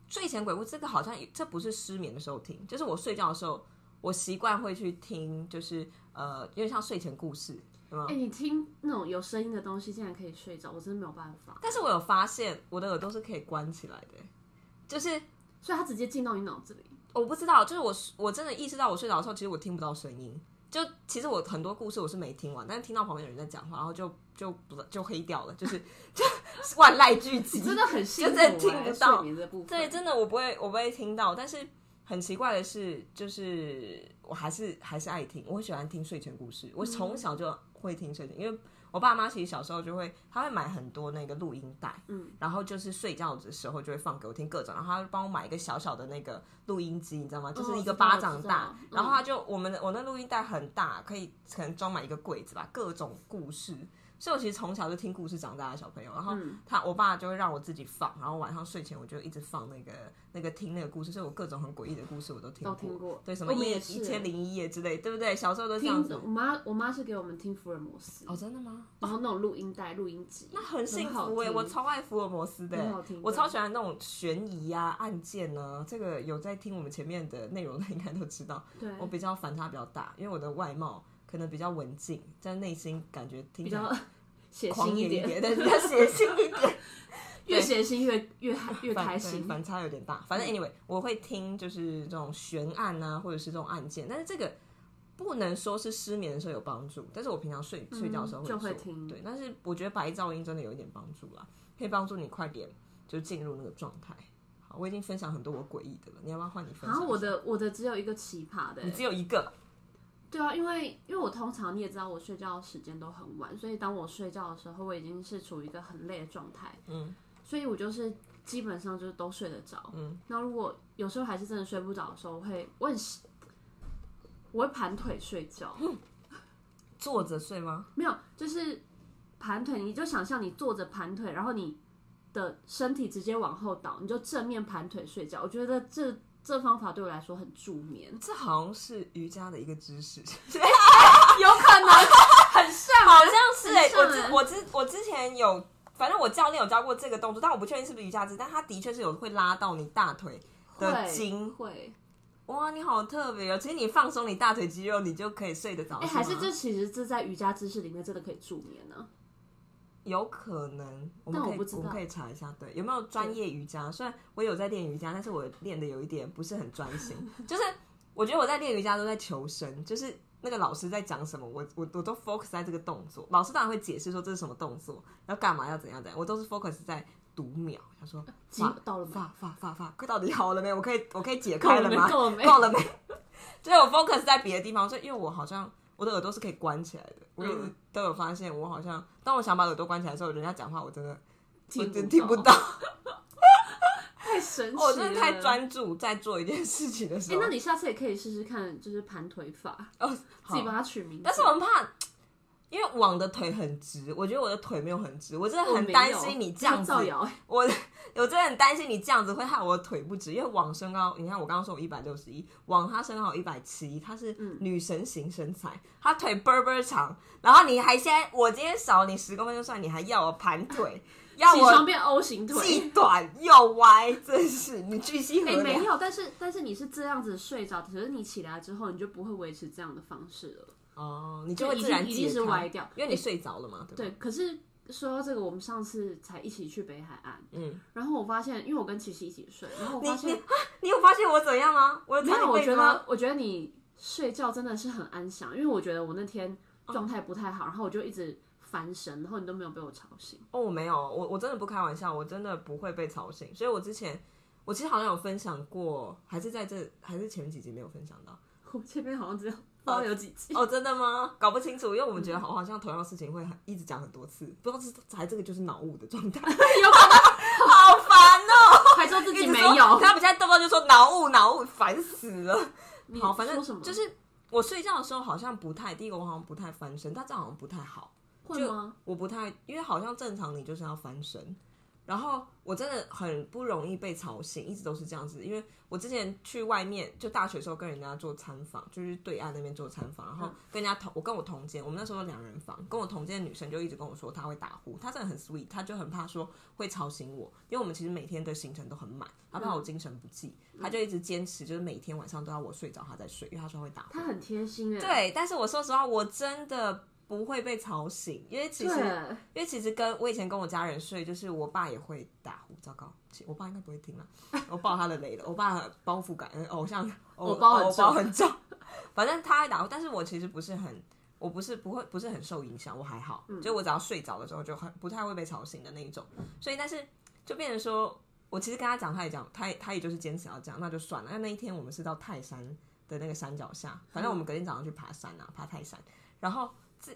[SPEAKER 2] 睡前鬼故这个好像也这不是失眠的时候听，就是我睡觉的时候，我习惯会去听，就是呃，因为像睡前故事，有没有
[SPEAKER 1] 哎、你听那种有声音的东西，竟然可以睡着，我真的没有办法。
[SPEAKER 2] 但是我有发现我的耳朵是可以关起来的，就是
[SPEAKER 1] 所以它直接进到你脑子里。
[SPEAKER 2] 我不知道，就是我我真的意识到我睡着的时候，其实我听不到声音。就其实我很多故事我是没听完，但是听到旁边有人在讲话，然后就就不就黑掉了，就是 就万籁俱寂，
[SPEAKER 1] 真的很辛苦、
[SPEAKER 2] 真
[SPEAKER 1] 欸，
[SPEAKER 2] 的听不到
[SPEAKER 1] 睡眠的部分。
[SPEAKER 2] 对，真的我不会，我不会听到。但是很奇怪的是，就是我还是还是爱听，我喜欢听睡前故事。我从小就会听睡前，因为我爸妈其实小时候就会，他会买很多那个录音带，嗯，然后就是睡觉的时候就会放给我听各种，然后他会帮我买一个小小的那个录音机，你知道吗？就是一个
[SPEAKER 1] 哦我知道
[SPEAKER 2] 巴掌大
[SPEAKER 1] 我，知道嗯
[SPEAKER 2] 然后他就我们的我那录音带很大，可以可能装满一个柜子吧，各种故事。所以我其实从小就听故事长大的小朋友，然后
[SPEAKER 1] 嗯
[SPEAKER 2] 他我爸就会让我自己放，然后晚上睡前我就一直放那个那个听那个故事，所以我各种很诡异的故事我都听过，
[SPEAKER 1] 都听过
[SPEAKER 2] 对什么
[SPEAKER 1] 我们
[SPEAKER 2] 一
[SPEAKER 1] 也是
[SPEAKER 2] 一千零一夜之类，对不对？小时候都这样
[SPEAKER 1] 听
[SPEAKER 2] 子。
[SPEAKER 1] 我妈，我妈是给我们听福尔摩斯，
[SPEAKER 2] 哦，真的吗？
[SPEAKER 1] 然后那种录音带、录音机，
[SPEAKER 2] 那很幸
[SPEAKER 1] 好
[SPEAKER 2] 福哎、
[SPEAKER 1] 听
[SPEAKER 2] 我超爱福尔摩斯的、欸
[SPEAKER 1] 很好听
[SPEAKER 2] 我
[SPEAKER 1] 对
[SPEAKER 2] 超喜欢那种悬疑啊、案件呢、这个有在听我们前面的内容的应该都知道，
[SPEAKER 1] 对，
[SPEAKER 2] 我比较反差比较大，因为我的外貌可能比较文静，但内心感觉听
[SPEAKER 1] 比
[SPEAKER 2] 起来
[SPEAKER 1] 较血
[SPEAKER 2] 狂
[SPEAKER 1] 腥
[SPEAKER 2] 野
[SPEAKER 1] 点，
[SPEAKER 2] 点，对，比较血腥一点。
[SPEAKER 1] 越血腥越越越
[SPEAKER 2] 反
[SPEAKER 1] 开
[SPEAKER 2] 对
[SPEAKER 1] 心。
[SPEAKER 2] 反差有点大。
[SPEAKER 1] 嗯
[SPEAKER 2] 反正 anyway，我会听就是这种悬案啊，或者是这种案件，但是这个不能说是失眠的时候有帮助，但是我平常睡睡觉的时候
[SPEAKER 1] 嗯就会
[SPEAKER 2] 做
[SPEAKER 1] 听
[SPEAKER 2] 对，但是我觉得白噪音真的有一点帮助啦，可以帮助你快点就进入那个状态。好，我已经分享很多我诡异的了，你要不要换你分
[SPEAKER 1] 然
[SPEAKER 2] 享一下？
[SPEAKER 1] 后我的我的只有一个奇葩的欸
[SPEAKER 2] 你，只有一个，
[SPEAKER 1] 对啊，因为因为我通常你也知道，我睡觉的时间都很晚，所以当我睡觉的时候，我已经是处于一个很累的状态，
[SPEAKER 2] 嗯，
[SPEAKER 1] 所以我就是基本上就是都睡得着，
[SPEAKER 2] 嗯，
[SPEAKER 1] 那如果有时候还是真的睡不着的时候，我会我很喜我会盘腿睡觉，
[SPEAKER 2] 嗯坐着睡吗？
[SPEAKER 1] 没有，就是盘腿，你就想象你坐着盘腿，然后你的身体直接往后倒，你就正面盘腿睡觉。我觉得这这方法对我来说很助眠，
[SPEAKER 2] 这好像是瑜伽的一个知 识。
[SPEAKER 1] 有可能很像，
[SPEAKER 2] 好像是哎、
[SPEAKER 1] 很像
[SPEAKER 2] 我之
[SPEAKER 1] 欸
[SPEAKER 2] 我之我之前有，反正我教练有教过这个动作，但我不确定是不是瑜伽姿，但它的确是有会拉到你大腿的筋。
[SPEAKER 1] 会。
[SPEAKER 2] 哇，你好特别哦！其实你放松你大腿肌肉，你就可以睡得着。
[SPEAKER 1] 哎、还是
[SPEAKER 2] 吗
[SPEAKER 1] 这其实这在瑜伽知识里面真的可以助眠呢、
[SPEAKER 2] 有可能？我们
[SPEAKER 1] 但
[SPEAKER 2] 可以
[SPEAKER 1] 我不知道
[SPEAKER 2] 们可以查一下，对，有没有专业瑜伽？虽然我有在练瑜伽，但是我练的有一点不是很专心，就是我觉得我在练瑜伽都在求生，就是。那个老师在讲什么，我我我都 focus 在这个动作。老师当然会解释说这是什么动作，然后干嘛要怎样怎样，我都是 focus 在读秒。他说
[SPEAKER 1] 几
[SPEAKER 2] 哇
[SPEAKER 1] 到了吗？
[SPEAKER 2] 发发发发，快到底好了没？我可以我可以解开了吗？
[SPEAKER 1] 够了没？
[SPEAKER 2] 够了没？ 就是我 focus 在别的地方，所以因为我好像我的耳朵是可以关起来的，我一
[SPEAKER 1] 嗯
[SPEAKER 2] 直都有发现，我好像当我想把耳朵关起来的时候，人家讲话我真的我真的听不
[SPEAKER 1] 到，
[SPEAKER 2] 到，
[SPEAKER 1] 太神奇了！
[SPEAKER 2] 我真的太专注在做一件事情的时
[SPEAKER 1] 哎、
[SPEAKER 2] 候。
[SPEAKER 1] 那你下次也可以试试看，就是盘腿法，
[SPEAKER 2] 哦，
[SPEAKER 1] 自己
[SPEAKER 2] 好，
[SPEAKER 1] 把它取名字。
[SPEAKER 2] 但是我很怕。因为网的腿很直，我觉得我的腿没有很直，我真的
[SPEAKER 1] 我
[SPEAKER 2] 很
[SPEAKER 1] 哦没
[SPEAKER 2] 担
[SPEAKER 1] 有
[SPEAKER 2] 心你这
[SPEAKER 1] 这个
[SPEAKER 2] 样子
[SPEAKER 1] 造谣，哎
[SPEAKER 2] 我我真的很担心你这样子会害我的腿不直，因为网身高，你看我刚刚说我一百六十一，网她身高一百七，她是
[SPEAKER 1] 嗯
[SPEAKER 2] 女神型身材，她腿倍儿倍儿长，然后你还现在我今天少你十公分就算，你还要我盘腿，要
[SPEAKER 1] 起
[SPEAKER 2] 我
[SPEAKER 1] 床变 O 型腿，
[SPEAKER 2] 既短又歪，真是你居心
[SPEAKER 1] 哎、
[SPEAKER 2] 何
[SPEAKER 1] 没
[SPEAKER 2] 良？
[SPEAKER 1] 有，但是但是你是这样子睡着，可是你起来之后，你就不会维持这样的方式了。
[SPEAKER 2] 哦，你就会
[SPEAKER 1] 就一
[SPEAKER 2] 自然
[SPEAKER 1] 定一定
[SPEAKER 2] 解
[SPEAKER 1] 是
[SPEAKER 2] 开
[SPEAKER 1] 歪掉
[SPEAKER 2] 因为你睡着了嘛，对吧？
[SPEAKER 1] 对，可是说到这个，我们上次才一起去北海岸，
[SPEAKER 2] 嗯，
[SPEAKER 1] 然后我发现，因为我跟琪琪一起睡，然后我
[SPEAKER 2] 你
[SPEAKER 1] 发
[SPEAKER 2] 你
[SPEAKER 1] 现
[SPEAKER 2] 啊，你有发现我怎样吗？我有
[SPEAKER 1] 没
[SPEAKER 2] 差
[SPEAKER 1] 有，
[SPEAKER 2] 点
[SPEAKER 1] 我
[SPEAKER 2] 被
[SPEAKER 1] 觉
[SPEAKER 2] 抓
[SPEAKER 1] 得我觉得你睡觉真的是很安详，因为我觉得我那天
[SPEAKER 2] 哦
[SPEAKER 1] 状态不太好，然后我就一直翻身，然后你都没有被我吵醒。
[SPEAKER 2] 哦，我没有，我我真的不开玩笑，我真的不会被吵醒。所以我之前，我其实好像有分享过，还是在这，还是前几集没有分享到。
[SPEAKER 1] 我这边好像只有不知道有几集，
[SPEAKER 2] 哦，真的吗？ 搞不清楚，因为我们觉得好好像同样的事情会很一直讲很多次，不知道是还这个就是脑雾的状态。 哦
[SPEAKER 1] 有可能还说自
[SPEAKER 2] 一
[SPEAKER 1] 己
[SPEAKER 2] 直
[SPEAKER 1] 没
[SPEAKER 2] 说
[SPEAKER 1] 有。
[SPEAKER 2] 他们家动不动就说脑雾脑雾，烦死了。
[SPEAKER 1] 你
[SPEAKER 2] 好，反
[SPEAKER 1] 说什么
[SPEAKER 2] 正就是我睡觉的时候好像不太，第一个我好像不太翻身，但这样好像不太好。
[SPEAKER 1] 会吗？
[SPEAKER 2] 我不太，因为好像正常你就是要翻身，然后我真的很不容易被吵醒，一直都是这样子。因为我之前去外面，就大学的时候跟人家做参访，就是对岸那边做参访，然
[SPEAKER 1] 嗯
[SPEAKER 2] 后跟人家同我跟我同间，我们那时候两人房，跟我同间的女生就一直跟我说她会打呼，她真的很 sweet，她就很怕说会吵醒我，因为我们其实每天的行程都很满，她怕我
[SPEAKER 1] 嗯
[SPEAKER 2] 精神不济，她就一直坚持就是每天晚上都要我睡着她再睡，因为她说她会打呼
[SPEAKER 1] 他。很贴心哎、
[SPEAKER 2] 对，但是我说实话，我真的不会被吵醒，因为其实
[SPEAKER 1] 对，
[SPEAKER 2] 因为其实跟我以前跟我家人睡，就是我爸也会打呼，糟糕，其我爸应该不会听啦，我爆他的雷了，我爸很包袱感，嗯偶像偶
[SPEAKER 1] 偶包很
[SPEAKER 2] 偶哦包
[SPEAKER 1] 重
[SPEAKER 2] 很重，反正他会打呼，但是我其实不是很，我不是不会不是很受影响，我还好，
[SPEAKER 1] 嗯
[SPEAKER 2] 就我只要睡着的时候就很不太会被吵醒的那一种，所以但是就变成说我其实跟他讲，他也讲，他也他也就是坚持要这样，那就算了。那那一天我们是到泰山的那个山脚下，反
[SPEAKER 1] 嗯
[SPEAKER 2] 正我们隔天早上去爬山啊，爬泰山，然后这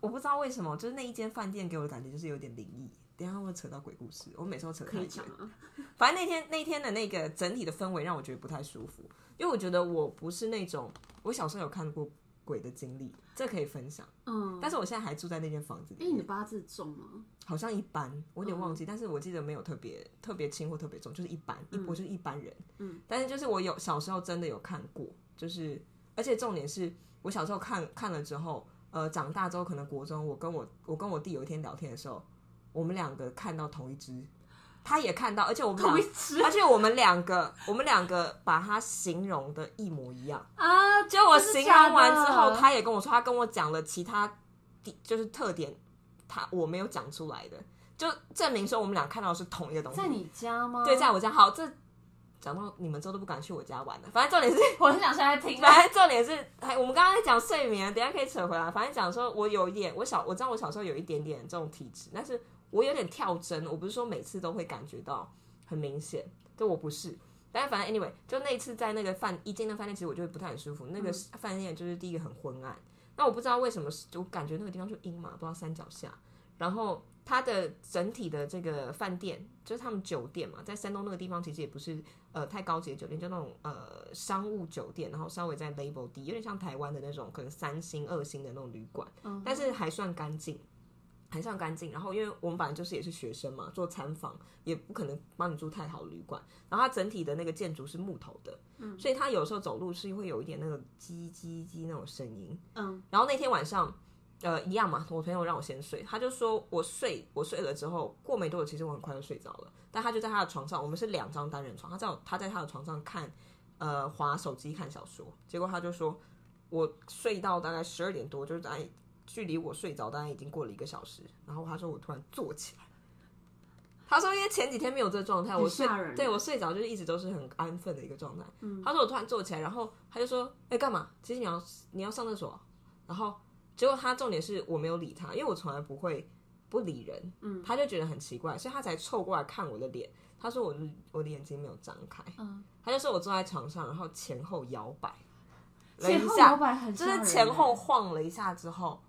[SPEAKER 2] 我不知道为什么，就是那一间饭店给我的感觉就是有点灵异。等一下会不会扯到鬼故事，我每次都扯
[SPEAKER 1] 可
[SPEAKER 2] 太
[SPEAKER 1] 以
[SPEAKER 2] 久
[SPEAKER 1] 讲。 吗？
[SPEAKER 2] 反正那天那天的那个整体的氛围让我觉得不太舒服，因为我觉得我不是那种我小时候有看过鬼的经历，这可以分享。
[SPEAKER 1] 嗯，
[SPEAKER 2] 但是我现在还住在那间房子
[SPEAKER 1] 哎、
[SPEAKER 2] 里
[SPEAKER 1] 你的嗯
[SPEAKER 2] 面，
[SPEAKER 1] 八字重吗？
[SPEAKER 2] 好像一般，我有点忘记，但是我记得没有特别特别轻或特别重，就是一般，一我就是一般人。
[SPEAKER 1] 嗯，
[SPEAKER 2] 但是就是我有小时候真的有看过，就是而且重点是我小时候看看了之后，呃，长大之后可能国中，我跟我我跟我弟有一天聊天的时候，我们两个看到同一只，他也看到，而且我们俩
[SPEAKER 1] 同一只
[SPEAKER 2] 而且我们两个，我们两个把它形容的一模一样。
[SPEAKER 1] 啊！
[SPEAKER 2] 就我
[SPEAKER 1] 真的
[SPEAKER 2] 形
[SPEAKER 1] 假
[SPEAKER 2] 容完之后，
[SPEAKER 1] 的
[SPEAKER 2] 他也跟我说，他跟我讲了其他地就是特点，他我没有讲出来的，就证明说我们俩看到的是同一个东西
[SPEAKER 1] 在。你家吗？
[SPEAKER 2] 对，在我家好，这讲到你们之后都不敢去我家玩了。反正重点是
[SPEAKER 1] 我很想现在听啊。
[SPEAKER 2] 反正 重点是，还我们刚刚在讲睡眠，啊等一下可以扯回来。反正讲说，我有一点，我小我知道我小时候有一点点这种体质，但是我有点跳针，我不是说每次都会感觉到很明显，就我不是。但是反正 anyway，就那一次在那个饭一进那饭店，其实我就会不太很舒服。那个饭店就是第一个很昏暗，那我不知道为什么，我感觉那个地方就阴嘛，不知道山脚下。然后它的整体的这个饭店，就是他们酒店嘛，在山东那个地方其实也不是呃太高级的酒店，就那种呃商务酒店，然后稍微在 level 低，有点像台湾的那种可能三星、二星的那种旅馆，
[SPEAKER 1] 嗯
[SPEAKER 2] 但是还算干净。还算干净，然后因为我们本来就是也是学生嘛，做参访也不可能帮你住太好的旅馆。然后它整体的那个建筑是木头的，
[SPEAKER 1] 嗯
[SPEAKER 2] 所以它有时候走路是会有一点那个叽叽叽那种声音。
[SPEAKER 1] 嗯，
[SPEAKER 2] 然后那天晚上，呃，一样嘛，我朋友让我先睡，他就说我睡，我睡了之后，过没多久，其实我很快就睡着了。但他就在他的床上，我们是两张单人床，他在我他在他的床上看，呃，划手机看小说。结果他就说，我睡到大概十二点多，就是大概距离我睡着大概已经过了一个小时。然后他说我突然坐起来。他说：“因为前几天没有这个状态，
[SPEAKER 1] 很
[SPEAKER 2] 我睡
[SPEAKER 1] 吓人嗯
[SPEAKER 2] 对我睡着就是一直都是很安分的一个状态。他说我突然坐起来，然后他就说：‘哎、干嘛？其实你要你要上厕所啊、然后结果他重点是我没有理他，因为我从来不会不理人，嗯，他就觉得很奇怪，所以他才凑过来看我的脸。他说我的我的眼睛没有张开，
[SPEAKER 1] 嗯，
[SPEAKER 2] 他就说我坐在床上，然后前后摇摆了
[SPEAKER 1] 前
[SPEAKER 2] 一
[SPEAKER 1] 后摇
[SPEAKER 2] 下，
[SPEAKER 1] 摆很
[SPEAKER 2] 就
[SPEAKER 1] 吓人
[SPEAKER 2] 是
[SPEAKER 1] 欸
[SPEAKER 2] 前后，晃了一下之后，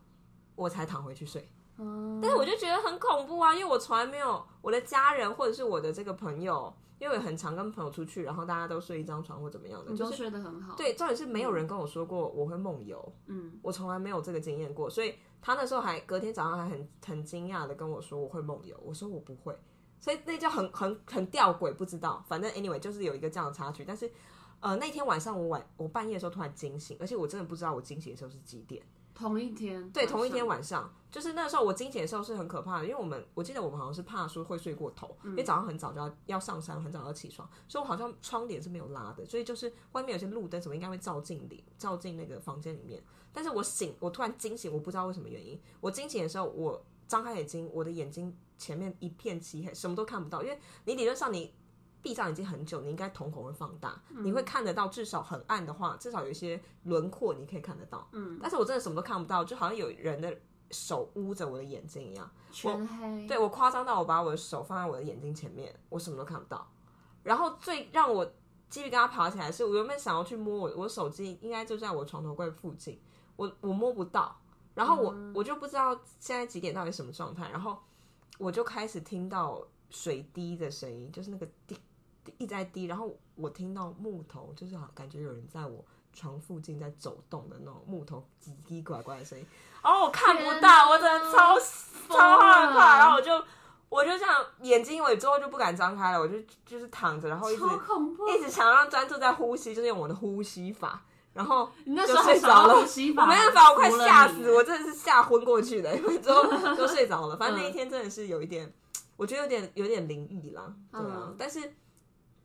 [SPEAKER 2] 我才躺回去睡。
[SPEAKER 1] 嗯
[SPEAKER 2] 但是我就觉得很恐怖啊，因为我从来没有我的家人或者是我的这个朋友，因为我很常跟朋友出去，然后大家都睡一张床或怎么样
[SPEAKER 1] 嗯
[SPEAKER 2] 的，
[SPEAKER 1] 你
[SPEAKER 2] 就
[SPEAKER 1] 都
[SPEAKER 2] 是
[SPEAKER 1] 睡得很好。，
[SPEAKER 2] 对，重点是没有人跟我说过我会梦游。
[SPEAKER 1] 嗯，
[SPEAKER 2] 我从来没有这个经验过，所以他那时候还隔天早上还很很惊讶的跟我说我会梦游，我说我不会，所以那就很很很吊诡，不知道，反正 anyway 就是有一个这样的插曲，但是呃那天晚上我晚我半夜的时候突然惊醒，而且我真的不知道我惊醒的时候是几点，
[SPEAKER 1] 同一天，
[SPEAKER 2] 对，同一天
[SPEAKER 1] 晚
[SPEAKER 2] 晚上，就是那时候我惊醒的时候是很可怕的，因为我们我记得我们好像是怕说会睡过头，因为早上很早就要要上山，很早要起床，所以我好像窗帘是没有拉的，所以就是外面有些路灯什么应该会照进里，照进那个房间里面。但是我醒，我突然惊醒，我不知道为什么原因，我惊醒的时候，我张开眼睛，我的眼睛前面一片漆黑，什么都看不到，因为你理论上你。闭上眼睛很久，你应该瞳孔会放大，你会看得到。至少很暗的话，至少有一些轮廓你可以看得到。但是我真的什么都看不到，就好像有人的手捂着我的眼睛一样。
[SPEAKER 1] 上，全黑，
[SPEAKER 2] 对我夸张到我把我的手放在我的眼睛前面，我什么都看不到。然后最让我继续跟他爬起来的是，我原本想要去摸我我手机，应该就在我床头柜附近，我我摸不到。然后我、
[SPEAKER 1] 嗯
[SPEAKER 2] 我就不知道现在几点到底什么状态，然后我就开始听到水滴的声音，就是那个滴一直在滴，然后我听到木头，就是好感觉有人在我床附近在走动的那种木头叽叽拐拐的声音，然后我看不
[SPEAKER 1] 天
[SPEAKER 2] 到，
[SPEAKER 1] 哪
[SPEAKER 2] 我真的超
[SPEAKER 1] 疯
[SPEAKER 2] 超害
[SPEAKER 1] 了
[SPEAKER 2] 怕，然后我就我就这样眼睛，我也之后就不敢张开了，我就就是躺着，然后一直
[SPEAKER 1] 超恐怖！
[SPEAKER 2] 一直想让专注在呼吸，就是用我的呼吸法，然后
[SPEAKER 1] 你那
[SPEAKER 2] 就
[SPEAKER 1] 时候
[SPEAKER 2] 睡
[SPEAKER 1] 还想
[SPEAKER 2] 着
[SPEAKER 1] 要
[SPEAKER 2] 了
[SPEAKER 1] 呼吸
[SPEAKER 2] 我
[SPEAKER 1] 法，
[SPEAKER 2] 没办法，我快
[SPEAKER 1] 服了
[SPEAKER 2] 吓
[SPEAKER 1] 你啊
[SPEAKER 2] 死，我真的是吓昏过去的，因为 之后都睡着了。反
[SPEAKER 1] 嗯
[SPEAKER 2] 正那一天真的是有一点，我觉得有点有点灵异啦，对啊，
[SPEAKER 1] 嗯
[SPEAKER 2] 但是。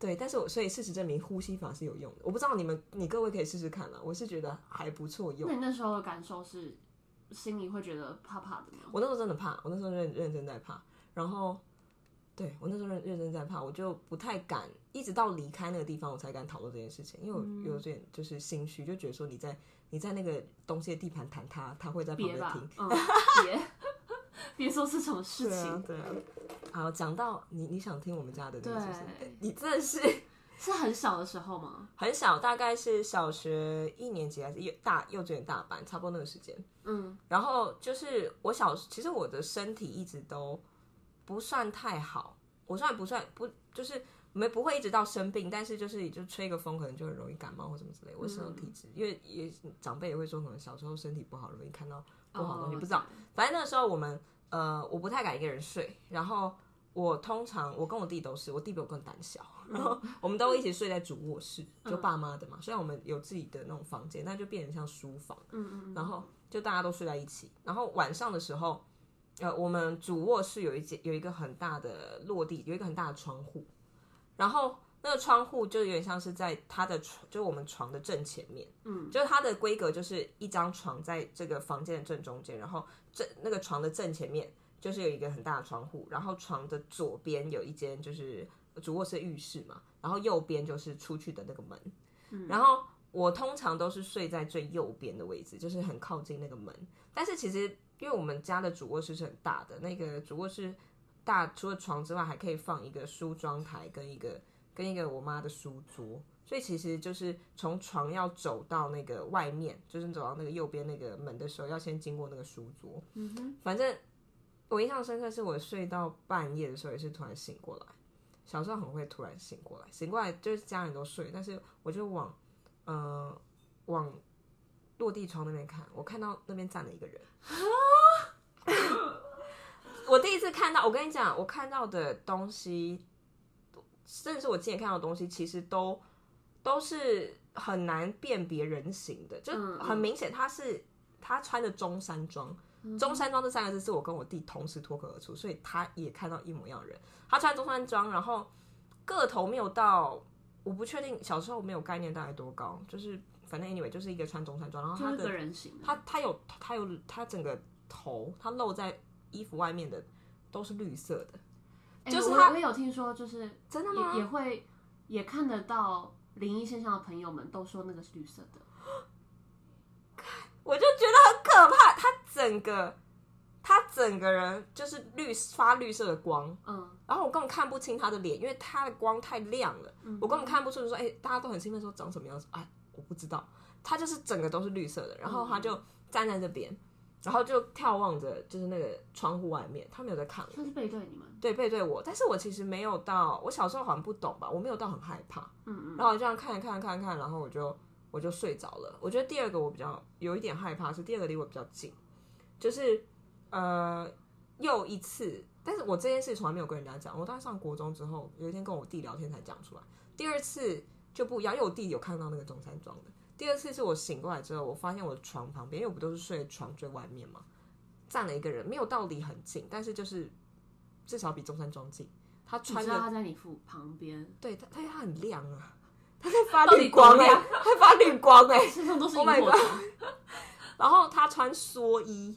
[SPEAKER 2] 对，但是我所以事实证明呼吸法是有用的，我不知道你们你各位可以试试看啦，我是觉得还不错用
[SPEAKER 1] 那。你那时候的感受是，心里会觉得怕怕的吗？
[SPEAKER 2] 我那时候真的怕，我那时候认认真在怕，然后对我那时候认认真在怕，我就不太敢，一直到离开那个地方我才敢讨论这件事情，因为
[SPEAKER 1] 嗯
[SPEAKER 2] 我有点就是心虚，就觉得说你在你在那个东西的地盘弹它，它会在旁
[SPEAKER 1] 别
[SPEAKER 2] 边
[SPEAKER 1] 吧
[SPEAKER 2] 听。，
[SPEAKER 1] 嗯，别别说是什么事
[SPEAKER 2] 对啊
[SPEAKER 1] 情，，
[SPEAKER 2] 对啊。好，讲到你，你想听我们家的那个是不是
[SPEAKER 1] 对
[SPEAKER 2] 你真的是
[SPEAKER 1] 是很小的时候吗？
[SPEAKER 2] 很小，大概是小学一年级还是幼大幼稚园大班，差不多那个时间。
[SPEAKER 1] 嗯
[SPEAKER 2] 然后就是我小，其实我的身体一直都不算太好，我虽然不算不就是没不会一直到生病，但是就是就吹个风可能就很容易感冒或什么之类。我是那种体质，因为也长辈也会说，可能小时候身体不好，容易看到不好的东西，
[SPEAKER 1] 哦
[SPEAKER 2] 不知道。反正那个时候我们呃，我不太敢一个人睡，然后。我通常我跟我弟都是，我弟比我更胆小，然后我们都一起睡在主卧室，就爸妈的嘛。虽然我们有自己的那种房间，但就变成像书房。
[SPEAKER 1] 嗯嗯
[SPEAKER 2] 然后就大家都睡在一起。然后晚上的时候，呃，我们主卧室有一间有一个很大的落地，有一个很大的窗户，然后那个窗户就有点像是在他的床，就是我们床的正前面，
[SPEAKER 1] 嗯，
[SPEAKER 2] 就是它的规格就是一张床在这个房间的正中间，然后正那个床的正前面就是有一个很大的窗户，然后床的左边有一间就是主卧室的浴室嘛，然后右边就是出去的那个门，然后我通常都是睡在最右边的位置，就是很靠近那个门。但是其实因为我们家的主卧室是很大的，那个主卧室大除了床之外，还可以放一个梳妆台跟一个跟一个我妈的书桌。所以其实就是从床要走到那个外面，就是走到那个右边那个门的时候，要先经过那个书桌。
[SPEAKER 1] 嗯哼，
[SPEAKER 2] 反正我印象深刻是我睡到半夜的时候也是突然醒过来，小时候很会突然醒过来，醒过来就是家人都睡，但是我就往呃往落地窗那边看，我看到那边站了一个人。 我第一次看到，我跟你讲，我看到的东西，甚至是我亲眼看到的东西，其实都都是很难辨别人形的，就
[SPEAKER 1] 嗯嗯
[SPEAKER 2] 很明显他是他穿着中山装，
[SPEAKER 1] 嗯
[SPEAKER 2] 中山装这三个字是我跟我弟同时脱口而出，所以他也看到一模一样的人。他穿中山装，然后个头没有到，我不确定小时候没有概念大概多高，就是反正 anyway 就是一个穿中山装，然后
[SPEAKER 1] 就
[SPEAKER 2] 他
[SPEAKER 1] 是
[SPEAKER 2] 的
[SPEAKER 1] 个人形的，
[SPEAKER 2] 他他有他有他整个头，他露在衣服外面的都是绿色的，
[SPEAKER 1] 哎
[SPEAKER 2] 就是
[SPEAKER 1] 我
[SPEAKER 2] 他
[SPEAKER 1] 我也有听说，就是
[SPEAKER 2] 真的
[SPEAKER 1] 也也
[SPEAKER 2] 吗？
[SPEAKER 1] 会也看得到灵异现象的朋友们都说那个是绿色的，
[SPEAKER 2] 我就觉得很可怕，他整个他整个人就是绿发绿色的光，
[SPEAKER 1] 嗯，
[SPEAKER 2] 然后我根本看不清他的脸，因为他的光太亮了，
[SPEAKER 1] 嗯
[SPEAKER 2] 我根本看不出。说，哎、大家都很兴奋说长什么样子，哎，我不知道。他就是整个都是绿色的，然后他就站在这边，然后就眺望着就是那个窗户外面，他没有在看我，
[SPEAKER 1] 算是背对你们，
[SPEAKER 2] 对背对我，但是我其实没有到，我小时候好像不懂吧，我没有到很害怕，
[SPEAKER 1] 嗯嗯，
[SPEAKER 2] 然后我这样看看看看，然后我就我就睡着了。我觉得第二个我比较有一点害怕，是第二个离我比较近，就是呃又一次，但是我这件事从来没有跟人家讲，我大概上国中之后，有一天跟我弟聊天才讲出来。第二次就不一样，因为我弟有看到那个中山装的。第二次是我醒过来之后，我发现我的床旁边，因为我不都是睡床最外面嘛，站了一个人，没有到离很近，但是就是至少比中山装近。他
[SPEAKER 1] 你
[SPEAKER 2] 穿
[SPEAKER 1] 知
[SPEAKER 2] 着
[SPEAKER 1] 道他在你腹旁边，
[SPEAKER 2] 对，它它它很亮啊，它在发
[SPEAKER 1] 到
[SPEAKER 2] 绿
[SPEAKER 1] 底
[SPEAKER 2] 光
[SPEAKER 1] 多
[SPEAKER 2] 哎、
[SPEAKER 1] 亮
[SPEAKER 2] 它发绿光哎、
[SPEAKER 1] 身上都是萤
[SPEAKER 2] Oh my
[SPEAKER 1] 火虫，
[SPEAKER 2] 然后他穿蓑衣，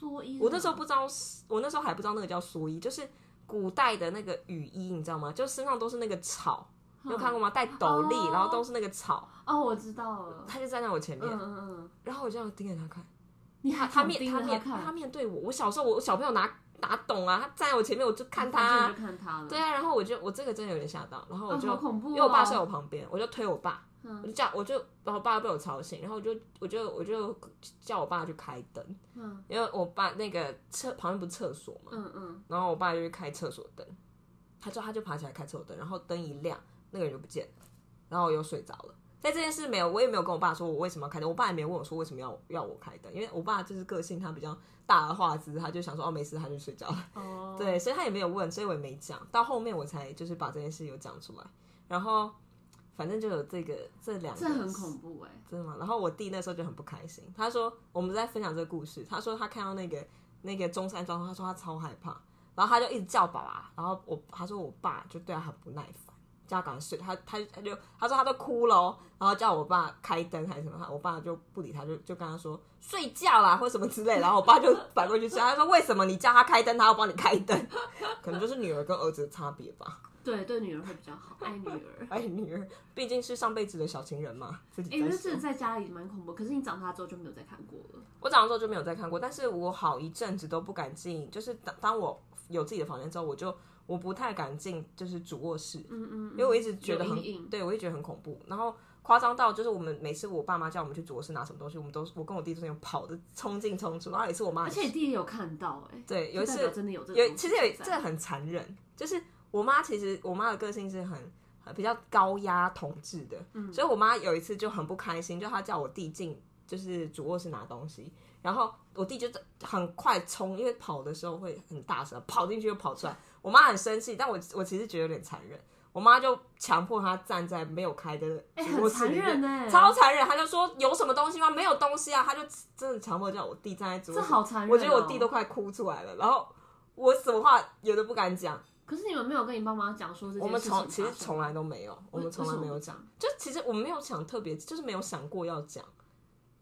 [SPEAKER 1] 蓑衣是什么，
[SPEAKER 2] 我那时候不知道，我那时候还不知道那个叫蓑衣，就是古代的那个雨衣，你知道吗？就身上都是那个草，你有看过吗？带斗笠，
[SPEAKER 1] 哦
[SPEAKER 2] 然后都是那个草。
[SPEAKER 1] 哦，我知道了，
[SPEAKER 2] 他就站在我前
[SPEAKER 1] 嗯
[SPEAKER 2] 面，
[SPEAKER 1] 嗯嗯，
[SPEAKER 2] 然后我这样盯着他看，
[SPEAKER 1] 你
[SPEAKER 2] 他
[SPEAKER 1] 还
[SPEAKER 2] 他
[SPEAKER 1] 他
[SPEAKER 2] 面
[SPEAKER 1] 盯
[SPEAKER 2] 哦他
[SPEAKER 1] 着他
[SPEAKER 2] 面
[SPEAKER 1] 看
[SPEAKER 2] 他，面对我，我小时候我小朋友哪哪懂啊？他站在我前面，我就看他
[SPEAKER 1] 反
[SPEAKER 2] 啊、
[SPEAKER 1] 正你就看他了，
[SPEAKER 2] 对啊，然后我就我这个真的有点吓到，然后我
[SPEAKER 1] 哦，
[SPEAKER 2] 就
[SPEAKER 1] 好恐怖哦，
[SPEAKER 2] 因为我爸睡我旁边，我就推我爸，
[SPEAKER 1] 嗯
[SPEAKER 2] 我就叫我就把我爸被我吵醒，然后我就我就我就叫我爸去开灯，
[SPEAKER 1] 嗯
[SPEAKER 2] 因为我爸那个厕旁边不是厕所嘛，
[SPEAKER 1] 嗯嗯，
[SPEAKER 2] 然后我爸就去开厕所灯，他就他就爬起来开厕所灯，然后灯一亮，那个人就不见了，然后我又睡着了。在这件事没有，我也没有跟我爸说我为什么要开灯，我爸也没有问我说为什么要要我开灯，因为我爸就是个性他比较大而化之，他就想说哦没事他就睡觉了，
[SPEAKER 1] 哦，
[SPEAKER 2] 对，所以他也没有问，所以我也没讲。到后面我才就是把这件事有讲出来，然后反正就有这个这两个，
[SPEAKER 1] 这很恐怖哎、
[SPEAKER 2] 真的吗？然后我弟那时候就很不开心，他说我们在分享这个故事，他说他看到那个那个中山装，他说他超害怕，然后他就一直叫爸爸，然后我他说我爸就对他很不耐烦，叫他赶快睡，他他他就他说他都哭了哦，然后叫我爸开灯还是什么，他我爸就不理他，就就跟他说睡觉啦或什么之类，然后我爸就反过去睡，他说为什么你叫他开灯，他要帮你开灯，可能就是女儿跟儿子的差别吧，
[SPEAKER 1] 对对，女儿会比较 好，爱女儿。
[SPEAKER 2] 哎，女儿毕竟是上辈子的小情人嘛，自己
[SPEAKER 1] 哎、
[SPEAKER 2] 在
[SPEAKER 1] 那
[SPEAKER 2] 说
[SPEAKER 1] 这在家里蛮恐怖，可是你长大之后就没有再看过了。
[SPEAKER 2] 我长大之后就没有再看过，但是我好一阵子都不敢进，就是当当我有自己的房间之后，我就我不太敢进，就是主卧室，
[SPEAKER 1] 嗯嗯，因
[SPEAKER 2] 因为我一直觉得
[SPEAKER 1] 阴
[SPEAKER 2] 很，
[SPEAKER 1] 影，
[SPEAKER 2] 对我一直觉得很恐怖，然后夸张到就是我们每次我爸妈叫我们去主卧室拿什么东西，我们都我跟我弟中间跑的冲进冲出，然后也是我妈
[SPEAKER 1] 而且你弟也有看到哎、
[SPEAKER 2] 欸对有一
[SPEAKER 1] 就代
[SPEAKER 2] 次
[SPEAKER 1] 表真的有这个
[SPEAKER 2] 有
[SPEAKER 1] 东西
[SPEAKER 2] 其
[SPEAKER 1] 存
[SPEAKER 2] 实
[SPEAKER 1] 在，
[SPEAKER 2] 有这很残忍，就是我妈其实我妈的个性是很。很比较高压统治的，
[SPEAKER 1] 嗯
[SPEAKER 2] 所以我妈有一次就很不开心，就她叫我弟进就是主卧室拿东西，然后我弟就很快冲，因为跑的时候会很大声，跑进去又跑出来。我妈很生气，但我我其实觉得有点残忍，我妈就强迫她站在没有开的
[SPEAKER 1] 哎、
[SPEAKER 2] 主卧
[SPEAKER 1] 很
[SPEAKER 2] 室
[SPEAKER 1] 残
[SPEAKER 2] 里面，
[SPEAKER 1] 忍哎、
[SPEAKER 2] 超残忍。她就说有什么东西吗？没有东西啊，她就真的强迫叫我弟站在主卧
[SPEAKER 1] 这
[SPEAKER 2] 室
[SPEAKER 1] 好残忍、哦。
[SPEAKER 2] 我觉得我弟都快哭出来了，然后我什么话有的不敢讲，
[SPEAKER 1] 可是你们没有跟你爸妈讲说这件
[SPEAKER 2] 我们
[SPEAKER 1] 事情发
[SPEAKER 2] 从
[SPEAKER 1] 生
[SPEAKER 2] 其实从来都没有，我们从来没有讲，
[SPEAKER 1] 讲，
[SPEAKER 2] 就其实我们没有想特别，就是没有想过要讲，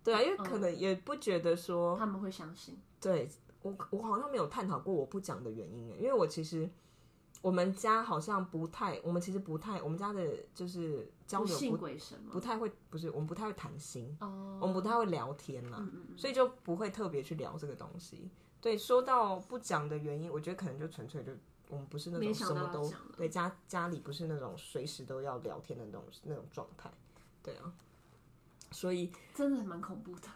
[SPEAKER 2] 对啊，因为
[SPEAKER 1] 嗯
[SPEAKER 2] 可能也不觉得说，
[SPEAKER 1] 他们会相信。
[SPEAKER 2] 对我我好像没有探讨过我不讲的原因耶，因为我其实我们家好像不太，我们其实不太，我们家的就是交
[SPEAKER 1] 不
[SPEAKER 2] 流
[SPEAKER 1] 信
[SPEAKER 2] 不
[SPEAKER 1] 鬼神吗
[SPEAKER 2] 不？太会，不是我们不太会谈心，
[SPEAKER 1] 哦，
[SPEAKER 2] 我们不太会聊天啦、
[SPEAKER 1] 嗯嗯嗯，
[SPEAKER 2] 所以就不会特别去聊这个东西。对，说到不讲的原因，我觉得可能就纯粹就我们不是那
[SPEAKER 1] 没
[SPEAKER 2] 种
[SPEAKER 1] 想
[SPEAKER 2] 什
[SPEAKER 1] 到
[SPEAKER 2] 么
[SPEAKER 1] 要
[SPEAKER 2] 都
[SPEAKER 1] 讲了
[SPEAKER 2] 对家家里不是那种随时都要聊天的那种那种状态，对啊。所以
[SPEAKER 1] 真的蛮恐怖的。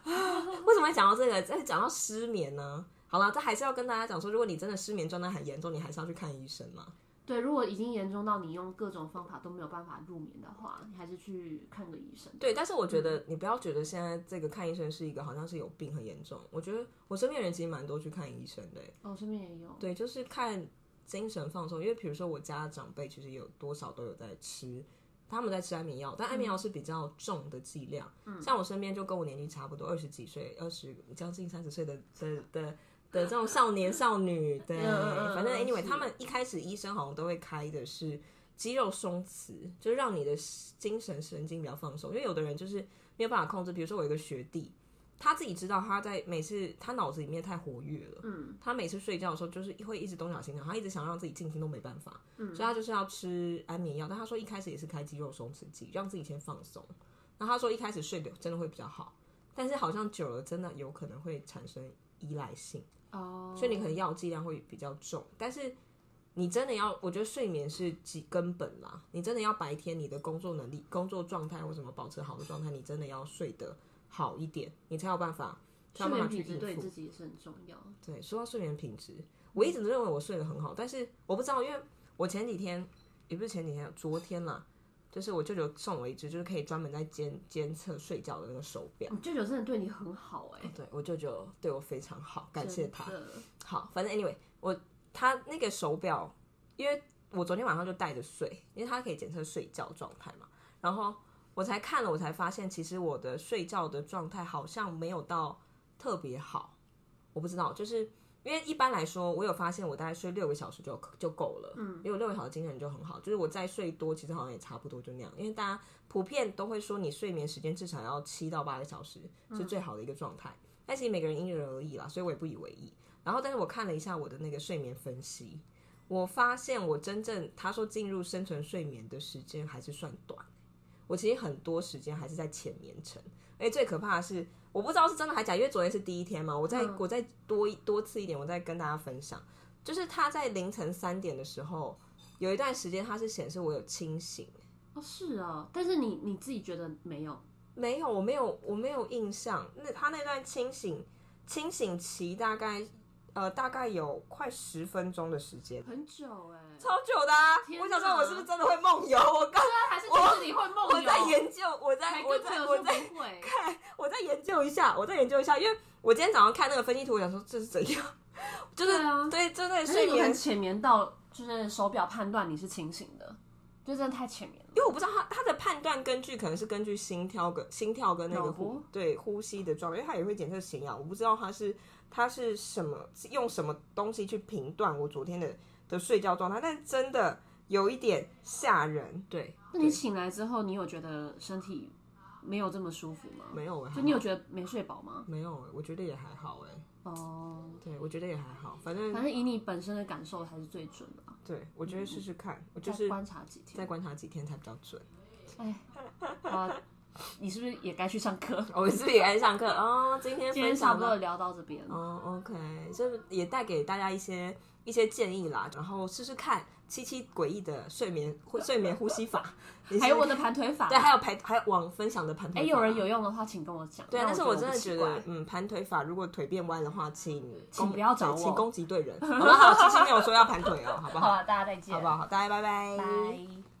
[SPEAKER 2] 为什么会讲到这个？再讲到失眠呢？好了，这还是要跟大家讲说，如果你真的失眠状态很严重，你还是要去看医生嘛。
[SPEAKER 1] 对，如果已经严重到你用各种方法都没有办法入眠的话，你还是去看个医生。
[SPEAKER 2] 对，但是我觉
[SPEAKER 1] 嗯
[SPEAKER 2] 得你不要觉得现在这个看医生是一个好像是有病很严重。我觉得我身边的人其实蛮多去看医生的、欸
[SPEAKER 1] 哦，我身边也有，
[SPEAKER 2] 对，就是看精神放松，因为比如说我家的长辈其实有多少都有在吃，他们在吃安眠药，但安眠药是比较重的剂量。
[SPEAKER 1] 嗯
[SPEAKER 2] 像我身边就跟我年纪差不多，二十几岁、二十将近三十岁的的的的这种少年少女，对，
[SPEAKER 1] 嗯嗯嗯
[SPEAKER 2] 反正 anyway，
[SPEAKER 1] 是
[SPEAKER 2] 他们一开始医生好像都会开的是肌肉松弛，就是让你的精神神经比较放松，因为有的人就是没有办法控制，比如说我有一个学弟。他自己知道，他在每次他脑子里面太活跃了，
[SPEAKER 1] 嗯，
[SPEAKER 2] 他每次睡觉的时候就是会一直东想西想，他一直想让自己静心都没办法，
[SPEAKER 1] 嗯
[SPEAKER 2] 所以他就是要吃安眠药。但他说一开始也是开肌肉松弛剂，让自己先放松。那他说一开始睡得真的会比较好，但是好像久了真的有可能会产生依赖性，
[SPEAKER 1] 哦，
[SPEAKER 2] 所以你可能药剂量会比较重。但是你真的要，我觉得睡眠是基根本啦。你真的要白天你的工作能力、工作状态或什么保持好的状态，你真的要睡得好一点，你才有办法，
[SPEAKER 1] 睡
[SPEAKER 2] 才有办法
[SPEAKER 1] 眠品
[SPEAKER 2] 去
[SPEAKER 1] 质
[SPEAKER 2] 应付
[SPEAKER 1] 对。你自己也是很重要。
[SPEAKER 2] 对，说到睡眠品质，我一直认为我睡得很好，但是我不知道，因为我前几天也不是前几天，昨天啦，就是我舅舅送我一只，就是可以专门在监监测睡觉的那个手表。
[SPEAKER 1] 你哦舅舅真的对你很好哎、
[SPEAKER 2] 对我舅舅对我非常好，感谢他。
[SPEAKER 1] 真的
[SPEAKER 2] 好，反正 anyway，我他那个手表，因为我昨天晚上就戴着睡，因为它可以检测睡觉状态嘛。然后我才看了，我才发现其实我的睡觉的状态好像没有到特别好。我不知道，就是因为一般来说，我有发现我大概睡六个小时就就够了，嗯，因为我六个小时精神就很好。就是我再睡多，其实好像也差不多就那样。因为大家普遍都会说，你睡眠时间至少要七到八个小时是最好的一个状态。但其实每个人因人而异啦，所以我也不以为意。然后，但是我看了一下我的那个睡眠分析，我发现我真正他说进入深层睡眠的时间还是算短。我其实很多时间还是在浅眠层，而且哎最可怕的是，我不知道是真的还假，因为昨天是第一天嘛，我
[SPEAKER 1] 嗯
[SPEAKER 2] 再、我再多一多次一点，我再跟大家分享，就是他在凌晨三点的时候，有一段时间他是显示我有清醒，
[SPEAKER 1] 哦是哦，但是你你自己觉得没有，
[SPEAKER 2] 没有，我没有，我没有印象。那他那段清醒清醒期大概呃大概有快十分钟的时间，
[SPEAKER 1] 很久哎、欸，
[SPEAKER 2] 超久的、啊
[SPEAKER 1] 天。哪
[SPEAKER 2] 我想说，我是不是真的会梦游？我刚
[SPEAKER 1] 那还是其实你会梦游，
[SPEAKER 2] 我在研究，我
[SPEAKER 1] 还
[SPEAKER 2] 在我
[SPEAKER 1] 跟朋
[SPEAKER 2] 在
[SPEAKER 1] 友
[SPEAKER 2] 我
[SPEAKER 1] 说
[SPEAKER 2] 在
[SPEAKER 1] 不会，
[SPEAKER 2] 看，哎我再研究一下，我再研究一下，因为我今天早上看那个分析图，我想说这是怎样， 就是
[SPEAKER 1] 对啊
[SPEAKER 2] 对，就那
[SPEAKER 1] 可
[SPEAKER 2] 个
[SPEAKER 1] 是
[SPEAKER 2] 睡
[SPEAKER 1] 你
[SPEAKER 2] 眠
[SPEAKER 1] 很，浅眠到，就是手表判断你是清醒的，就真的太浅眠了。
[SPEAKER 2] 因为我不知道他他的判断根据可能是根据心跳跟心跳跟那
[SPEAKER 1] 脑
[SPEAKER 2] 个
[SPEAKER 1] 波
[SPEAKER 2] 呼对呼吸的状态，因为他也会检测血氧，我不知道他是他是什么是用什么东西去评断我昨天的的睡觉状态，但是真的有一点吓人，对，
[SPEAKER 1] 那你醒来之后，你有觉得身体没有这么舒服吗？
[SPEAKER 2] 没有哎、
[SPEAKER 1] 就你有觉得没睡饱吗？
[SPEAKER 2] 没有、欸我觉得也还好哎、
[SPEAKER 1] 哦，
[SPEAKER 2] 对我觉得也还好，反正
[SPEAKER 1] 反正以你本身的感受还是最准的吧，
[SPEAKER 2] 对我觉得试试看，我就
[SPEAKER 1] 再
[SPEAKER 2] 是
[SPEAKER 1] 观察几天。
[SPEAKER 2] 再观察几天才比较准。
[SPEAKER 1] 哎，啊，你是不是也该去上课？
[SPEAKER 2] 我自己来上课哦，今天
[SPEAKER 1] 今天差不多
[SPEAKER 2] 分享了
[SPEAKER 1] 聊到这边，
[SPEAKER 2] 哦，OK，这也带给大家一些一些建议啦，然后试试看七七诡异的睡眠呼睡眠呼吸法，你是
[SPEAKER 1] 还有我的盘腿法。
[SPEAKER 2] 对，还有排还有网分享的盘腿
[SPEAKER 1] 哎，
[SPEAKER 2] 法，
[SPEAKER 1] 有人有用的话，请跟我讲。
[SPEAKER 2] 对，
[SPEAKER 1] 让
[SPEAKER 2] 但是我真的
[SPEAKER 1] 不
[SPEAKER 2] 觉
[SPEAKER 1] 奇
[SPEAKER 2] 得
[SPEAKER 1] 怪，
[SPEAKER 2] 嗯，盘腿法如果腿变弯的话，请
[SPEAKER 1] 请
[SPEAKER 2] 攻
[SPEAKER 1] 不要找
[SPEAKER 2] 对请
[SPEAKER 1] 我
[SPEAKER 2] 攻击对人，好不好？七七没有说要盘腿哦，好不
[SPEAKER 1] 好
[SPEAKER 2] 好？
[SPEAKER 1] 了，大家再见，
[SPEAKER 2] 好不好？好，大家拜拜
[SPEAKER 1] 拜。